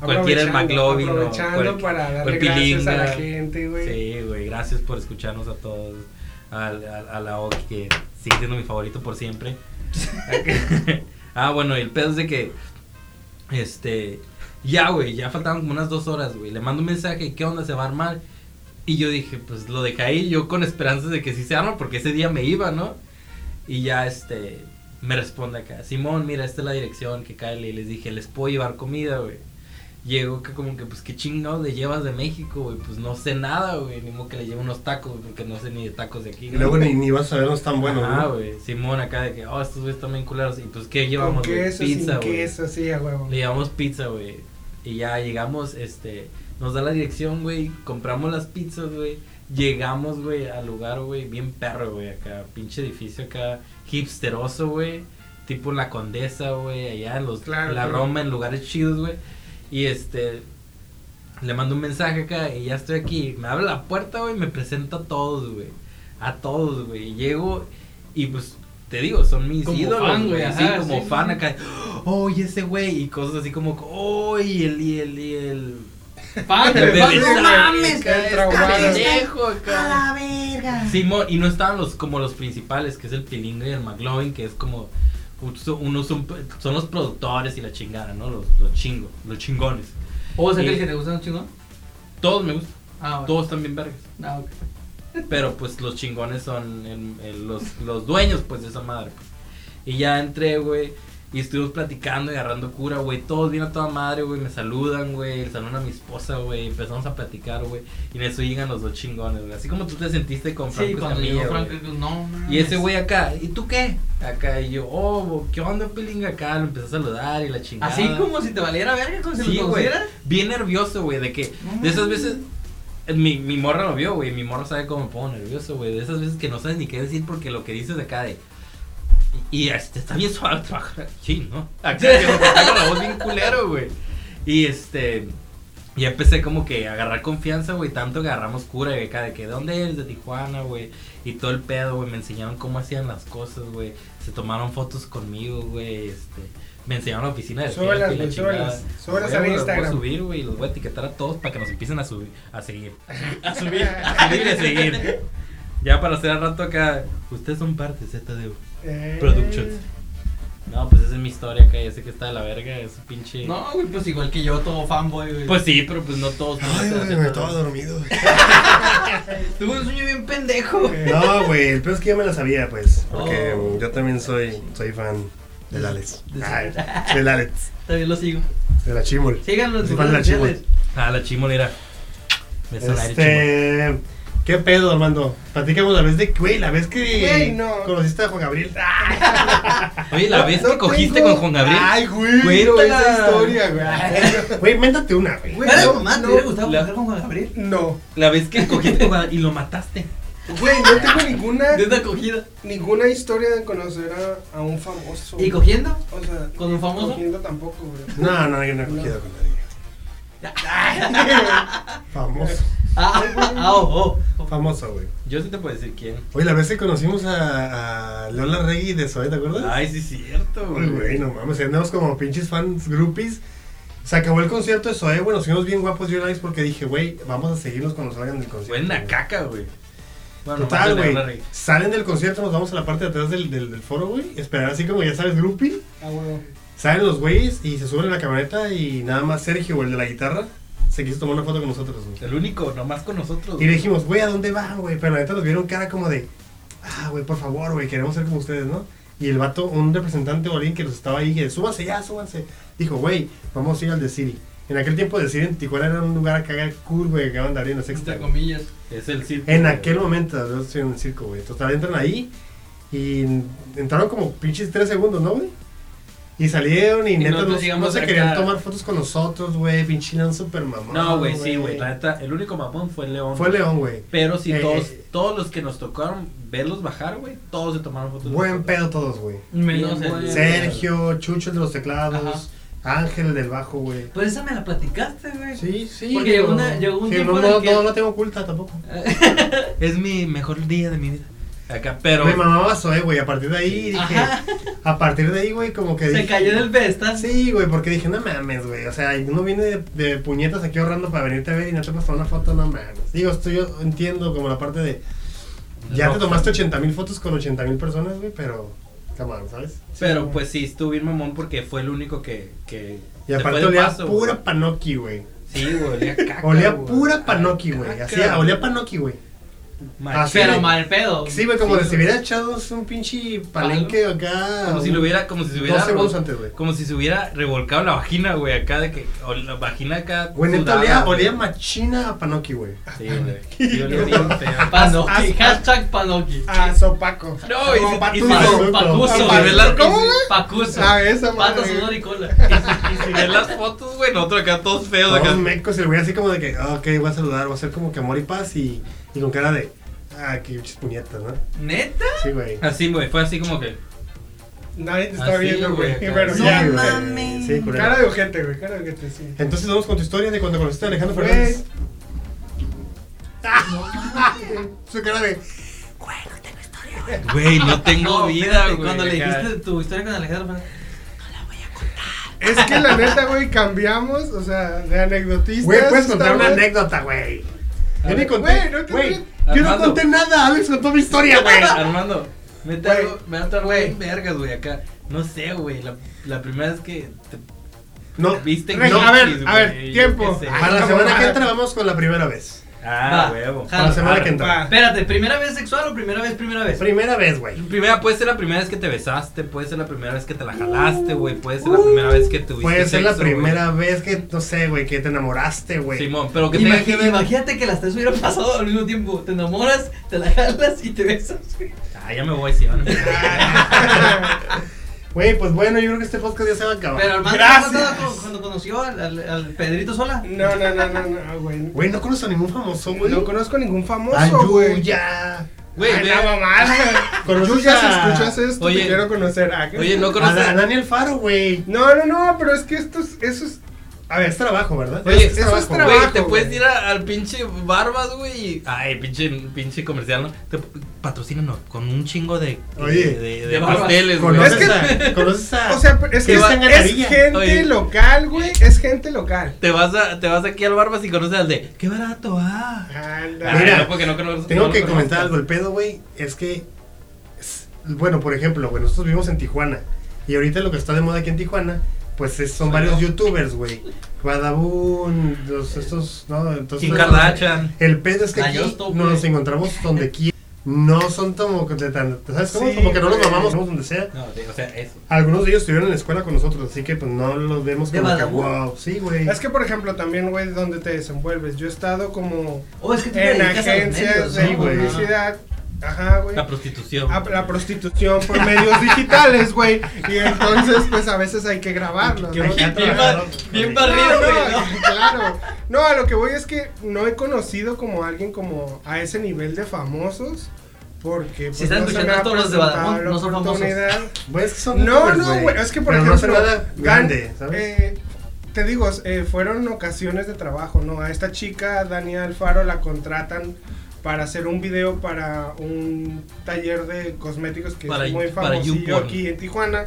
Cualquiera el McLovin o Aprovechando cual- para o darle el gracias a la Pilinga. gente, güey. Sí, güey, gracias por escucharnos a todos. Al- al- a, la Oki, que sigue siendo mi favorito por siempre. ah, bueno, y el pedo es de que. Este. Ya, güey, ya faltaban como unas dos horas, güey. Le mando un mensaje, ¿qué onda? ¿Se va a armar? Y yo dije, pues lo dejé ahí, yo con esperanzas de que sí se arma, porque ese día me iba, ¿no? Y ya, este. Me responde acá, Simón, mira, esta es la dirección que cae. Y les dije, les puedo llevar comida, güey. Llegó que como que, pues, qué chingado le llevas de México, güey. Pues no sé nada, güey. Ni modo que le lleve unos tacos, güey, porque no sé ni de tacos de aquí. Y ¿no? luego ni, ni vas a vernos tan buenos, Ah, ¿no? güey. Simón acá de que, oh, estos güeyes están bien culeros. Y pues, ¿qué Con llevamos, güey? queso, Pizza, sin güey. queso, sí, a huevo. Le llevamos pizza, güey. Y ya llegamos, este, nos da la dirección, güey. Compramos las pizzas, güey. Llegamos, güey, al lugar, güey. Bien perro, güey, acá. Pinche edificio acá. Hipsteroso, güey. Tipo la condesa, güey. Allá en los. Claro, la claro. Roma, en lugares chidos, güey. Y este. Le mando un mensaje acá y ya estoy aquí. Me abre la puerta, güey. Me presenta a todos, güey. A todos, güey. Llego y pues te digo, son mis Como ídolos, fan, güey. güey, así ajá, como sí, fan sí. acá. Oye, ese güey. Y cosas así como, oye, el, y el, y el. Fan, El fan, Berry- no mames, Qué está traumado. pendejo, acá. Simón, y no estaban los como los principales, que es el Pilinga y el McLovin, que es como un- so- unos son, son los productores y la chingada, ¿no? Los, los chingos, los chingones. ¿O es aquel Sí. que te gusta un chingón? Todos me gustan, Ah, bueno. todos también vergas. Ah, ok. Pero pues los chingones son el- el- los, los dueños, pues, de esa madre. pues. Y ya entré, güey. Y estuvimos platicando y agarrando cura, güey. Todos bien a toda madre, güey. Me saludan, güey. Saludan a mi esposa, güey. Empezamos a platicar, güey. Y en eso llegan los dos chingones, güey. Así como tú te sentiste con Franco Sí, cuando Escamilla, llegó güey. Franco, digo, no mames. Y ese güey acá, ¿y tú qué? Acá, y yo, oh, ¿qué onda, Pilinga? Acá, lo empecé a saludar y la chingada. Así como si te valiera verga, como si Sí, lo Mm. güey. conocieras. Bien nervioso, güey, de que, No de esas mames. veces, eh, mi, mi morra lo vio, güey, mi morra sabe cómo me pongo nervioso, güey, de esas veces que no sabes ni qué decir porque lo que dices acá de, y, y, este, está bien suave trabajar, sí, ¿no? Acá, que me está con la voz bien culero, güey. Y este, ya empecé como que a agarrar confianza, güey, tanto que agarramos cura, y acá de que, ¿de dónde eres? De Tijuana, güey. Y todo el pedo, güey, me enseñaron cómo hacían las cosas, güey. Se tomaron fotos conmigo, güey, este. Me enseñaron la oficina de Súbelas, jefe y la güey, chingada. súbelas. Súbelas Güey, al güey, Los Instagram. voy a subir, güey, y los voy a etiquetar a todos para que nos empiecen a subir, a seguir. A subir. A subir y a seguir. Ya para hacer al rato acá, ustedes son parte ZDU Eh, Productions. No, pues esa es mi historia acá, ya sé que está de la verga, es un pinche... No, güey, pues igual que yo, todo fanboy, güey. Pues sí, pero pues no todos. son Ay, parte de güey, me ZDU. estaba dormido. güey. tuve un sueño bien pendejo, güey. eh, No, güey, el peor es que yo me la sabía, pues. Porque Oh. mm, yo también soy, soy fan del Alex. Ay, del Alex. También lo sigo. De la Chimol. Síganlo en Sí, sus para redes la chimol. sociales. Ah, la chimonera. Beso al aire, chimol. Este. ¿Qué pedo, Armando? Platicamos la vez de. Güey, la vez que. Güey, no. Conociste a Juan Gabriel. ¡Ah! Oye, la vez no que cogiste tengo- con Juan Gabriel. Ay, güey. Cuento Cuéntala. esa historia, güey. Güey, méntate una, güey. Güey, Pero, no, mamá, ¿te no, hubiera gustado la- jugar con Juan Gabriel? No, La vez que cogiste con Juan Gabriel Ah, y lo mataste. güey, no tengo ninguna, De una cogida. ninguna historia de conocer a, a un famoso. ¿Y cogiendo? O sea, ¿Con un famoso? Cogiendo tampoco, güey. No, no, yo no he cogido con nadie. Famoso. Ah, ah, oh, oh. Famoso, güey. Yo sí te puedo decir quién. Oye, la vez que conocimos a, a Lola Rey de Zoe, ¿te acuerdas? Ay, sí, es cierto, Uy, güey, no mames, andamos como pinches fans groupies. Se acabó el concierto de Zoe, güey, nos fuimos bien guapos yo y Alex porque dije, güey, vamos a seguirnos cuando salgan del concierto. Fue una güey. caca, güey. Bueno, Total, nomás le hablé a güey. Rey. Salen del concierto, nos vamos a la parte de atrás del, del, del foro, güey. Esperar así como, ya sabes, groupie. Ah, huevo. Salen los güeyes y se suben a la camioneta y nada más Sergio, güey, el de la guitarra, se quiso tomar una foto con nosotros, güey. El único, nomás con nosotros. Y güey. le dijimos, güey, ¿a dónde van, güey? Pero la neta nos vieron cara como de, ah, güey, por favor, güey, queremos ser como ustedes, ¿no? Y el vato, un representante o alguien que los estaba ahí, que súbanse ya, súbanse. Dijo, güey, vamos a ir al de City. En aquel tiempo decir en Tijuana era un lugar acá cool, güey, que acaban de abrir en la sexta. Entre güey. comillas. Es el circo. En güey. aquel momento, yo estoy en un circo, güey. Total, entran ahí y entraron como pinches tres segundos, ¿no, güey? Y salieron y, neta nosotros no, llegamos no se acá. querían tomar fotos con nosotros, güey. Pinche eran super mamón. No, güey, sí, güey. La neta, el único mamón fue el León. Fue güey. León, güey. Pero si Eh, todos, todos los que nos tocaron verlos bajar, güey, todos se tomaron fotos. Buen pedo todos, güey. Menos Bien, el- güey. Sergio, Chucho el de los teclados, Ángel el del bajo, güey. Pues esa me la platicaste, güey. Sí, sí. Porque llegó una- llegó un tiempo no, en el no, que- no la tengo oculta tampoco. Es mi mejor día de mi vida. Acá, pero. Me mamaba Zoe, güey. A partir de ahí dije. Ajá. A partir de ahí, güey, como que Se dije. cayó del pedestal. Sí, güey, porque dije, no mames, güey. O sea, uno viene de, de puñetas aquí ahorrando para venirte a ver y no te pasó una foto, no mames. Digo, esto yo entiendo como la parte de. Ya te tomaste 80 mil fotos con 80 mil personas, güey, pero. Camarón, ¿sabes? Pero pues sí, estuvo bien mamón porque fue el único que. que Y se aparte fue de olía paso, pura güey. panoki, güey. Sí, güey, olía caca. Olía güey. pura Ah, panoki, güey. caca, Así, olía panoki, güey. Machín. Así Pero de- mal pedo. Sí, güey, como Sí, si se güey. hubiera echado un pinche palenque acá. Como si un- lo hubiera, como si se hubiera. Dos segundos antes, güey. Como si se hubiera revolcado la vagina, güey, acá de que. O la vagina acá. Güey, neta, sudada, olía, güey. olía machina a panoki, güey. Sí, güey. Sí, olía bien feo. Panoki. Haz- haz- Hashtag Panoki. Ah, sopaco. No, y Como se- pato y y se- sopa. Paco. Pacuso. Para velar, ¿cómo, güey? Pacuso. Ah, esa madre. Pato, sudor y cola. Y si ves las fotos, güey, nosotros acá todos feos. acá. Todos mecos y el güey así como de que, ah, ok, voy a saludar, voy a hacer como que amor y paz y, y con cara de, ah, qué pinches puñetas, ¿no? ¿Neta? Sí, güey. Así, güey, fue así como que. Nadie te está Así, viendo, Ah, güey, güey. acá. Pero Sí, ya. güey. mames. Sí, culero. Cara de ojete, güey. Cara de ojete, sí. Entonces vamos con tu historia de cuando conociste a Alejandro Güey. Fernández. Su cara de, Güey, no tengo No, vida, espérate, güey. Cuando le acá. dijiste tu historia con Alejandro Fernández. Es que la neta, güey, cambiamos, o sea, de anecdotistas. güey, puedes contar una estamos- anécdota, güey. Yo ni Güey, conté, no te- güey, yo no Armando. conté nada, Alex contó mi historia, güey. Armando, mete Güey. algo, me algo bien vergas, güey, acá. No sé, güey, la, la primera vez que te No, viste Reg- no, a ver, güey, a ver, yo tiempo. qué sé. para la semana que entra vamos con la primera vez. Ah, Va. huevo. Ja- Para la semana que Va. entra. Espérate, ¿primera vez sexual o primera vez, primera vez? Primera vez, güey. Primera, puede ser la primera vez que te besaste, puede ser la primera vez que te la jalaste, güey, puede ser la primera vez que tuviste Mm. Puede ser la sexo, güey. primera vez que, no sé, güey, que te enamoraste, güey. Simón, pero que tenga Imagi- que ver... Imagínate que las tres hubieran pasado al mismo tiempo. Te enamoras, te la jalas y te besas. güey. Ah, ya me voy, sí, van a empezar. Güey, pues bueno, yo creo que este podcast ya se va a acabar. Pero Armando, ¿te has Gracias. contado cu- cuando conoció al, al- al Pedrito Sola? No, no, no, no, no, güey. Güey, no conozco a ningún famoso, güey. No conozco ningún a famoso, güey. Yuya. Güey, Ay, ve- la mamada. Conoces Yuya, si a- escuchas esto, Oye. te quiero conocer. ¿a qué? Oye, no A, Da- a conoces... Daniel Faro, güey. No, no, no, pero es que esto es. Eso es A ver, es trabajo, ¿verdad? Oye, eso es trabajo. Güey, te güey. puedes ir a- al pinche Barbas, güey. y- Ay, pinche, pinche comercial, ¿no? Te, patrocínanos con un chingo de, Oye, de, de- de de Barbas. pasteles, güey. ¿Conoces, Es que- a, conoces a. O sea, pero es que Que es, va- es Garilla. gente Oye. local, güey. Es gente local. Te vas, a, te vas aquí al Barbas y conoces al de. ¡Qué barato! ¡Ah! Anda. Ah, Mira, no, porque no conozco- tengo no que lo comentar conozco. algo. El pedo, güey, es que. es- bueno, por ejemplo, güey, nosotros vivimos en Tijuana. Y ahorita lo que está de moda aquí en Tijuana, pues es- son varios youtubers, güey. Guadabun, los, estos, ¿no? Entonces. Kim Kardashian. El pedo es que aquí Galloso, güey. nos encontramos donde quiera. No son como que de tan. ¿Sabes cómo? Sí, como que no los güey. mamamos vamos donde sea. No, de- o sea, eso. Algunos de ellos estuvieron en la escuela con nosotros, así que pues no los vemos ¿De como que Badabun? wow. Sí, güey. Es que, por ejemplo, también, güey, donde te desenvuelves. Yo he estado como O es que tú te en dedicas a los agencias medios, de Sí, ¿no? güey. publicidad. Ajá, güey. La prostitución. A- Ah, La prostitución por medios digitales, güey. Y entonces, pues a veces hay que grabarlo. Qué ¿no? bonito. Bien, ba- bien No, barrido, no, güey. ¿no? Claro. No, a lo que voy es que no he conocido como alguien como a ese nivel de famosos. Porque pues, Si están no se me escuchando ha todos los de presentado Badabun, la no son famosos. oportunidad. Güey, es que son No, youtubers, no, güey. Es que por Pero ejemplo. No hace nada gan- grande, ¿sabes? eh, te digo, eh, fueron ocasiones de trabajo, ¿no? A esta chica, Dani Alfaro, la contratan para hacer un video para un taller de cosméticos que Para- es muy para famosillo YouPorn. aquí en Tijuana,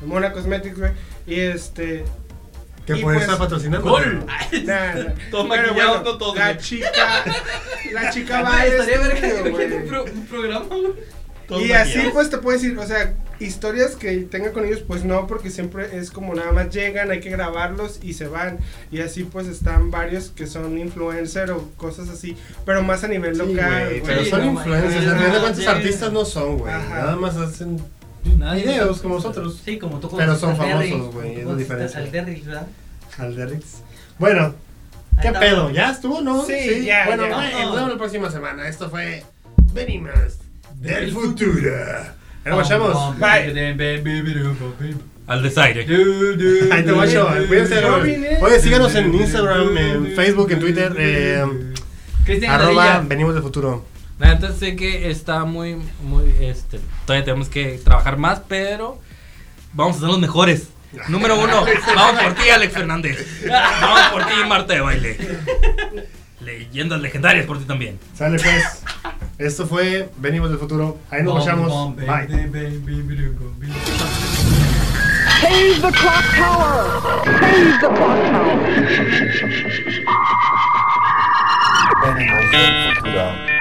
en Mona Cosmetics, güey. Y este, que y puede pues- estar patrocinando. ¡Gol! Nah, nah. Todo Pero maquillado, bueno, no todo, La güey. chica, la chica va Ah, al Estaría verga que estudio, hubiera güey. un pro- un programa, güey. Todo Y así maquillado. pues te puedo decir, o sea, historias que tenga con ellos, pues no, porque siempre es como nada más llegan, hay que grabarlos y se van. Y así pues están varios que son influencer o cosas así, pero más a nivel Sí, local. güey, güey. pero Sí, son no, influencers. güey. Al final de cuentas, Ajá. artistas no son, güey. Ajá. Nada más hacen Nadie- videos como nosotros. Sí, como tú Pero son conociste a Terry, famosos, güey, como es tú la conociste diferencia. Al Terry, ¿verdad? Alderix. Bueno, Ahí ¿qué está. pedo? ¿Ya estuvo, no? Sí, ya, Bueno, ya. fue- No. nos vemos la próxima semana. Esto fue Venimos del futuro. Ahora guachamos. Al desaire. Ahí te guacho. Cuídense. Yo Robert. vine- Oye, síganos en Instagram, en Facebook, en Twitter. eh, Cristian arroba Arroba. Venimos del futuro. La neta sé que está muy, muy, este, todavía tenemos que trabajar más, pero vamos a ser los mejores. Número uno, vamos por ti, Alex Fernández. Vamos por ti, Marta de Baile. Leyendas legendarias por ti también. Sale pues. Esto fue Venimos del futuro. Ahí nos guachamos. Bye. Save the clock tower! Save the clock tower! Venimos del futuro.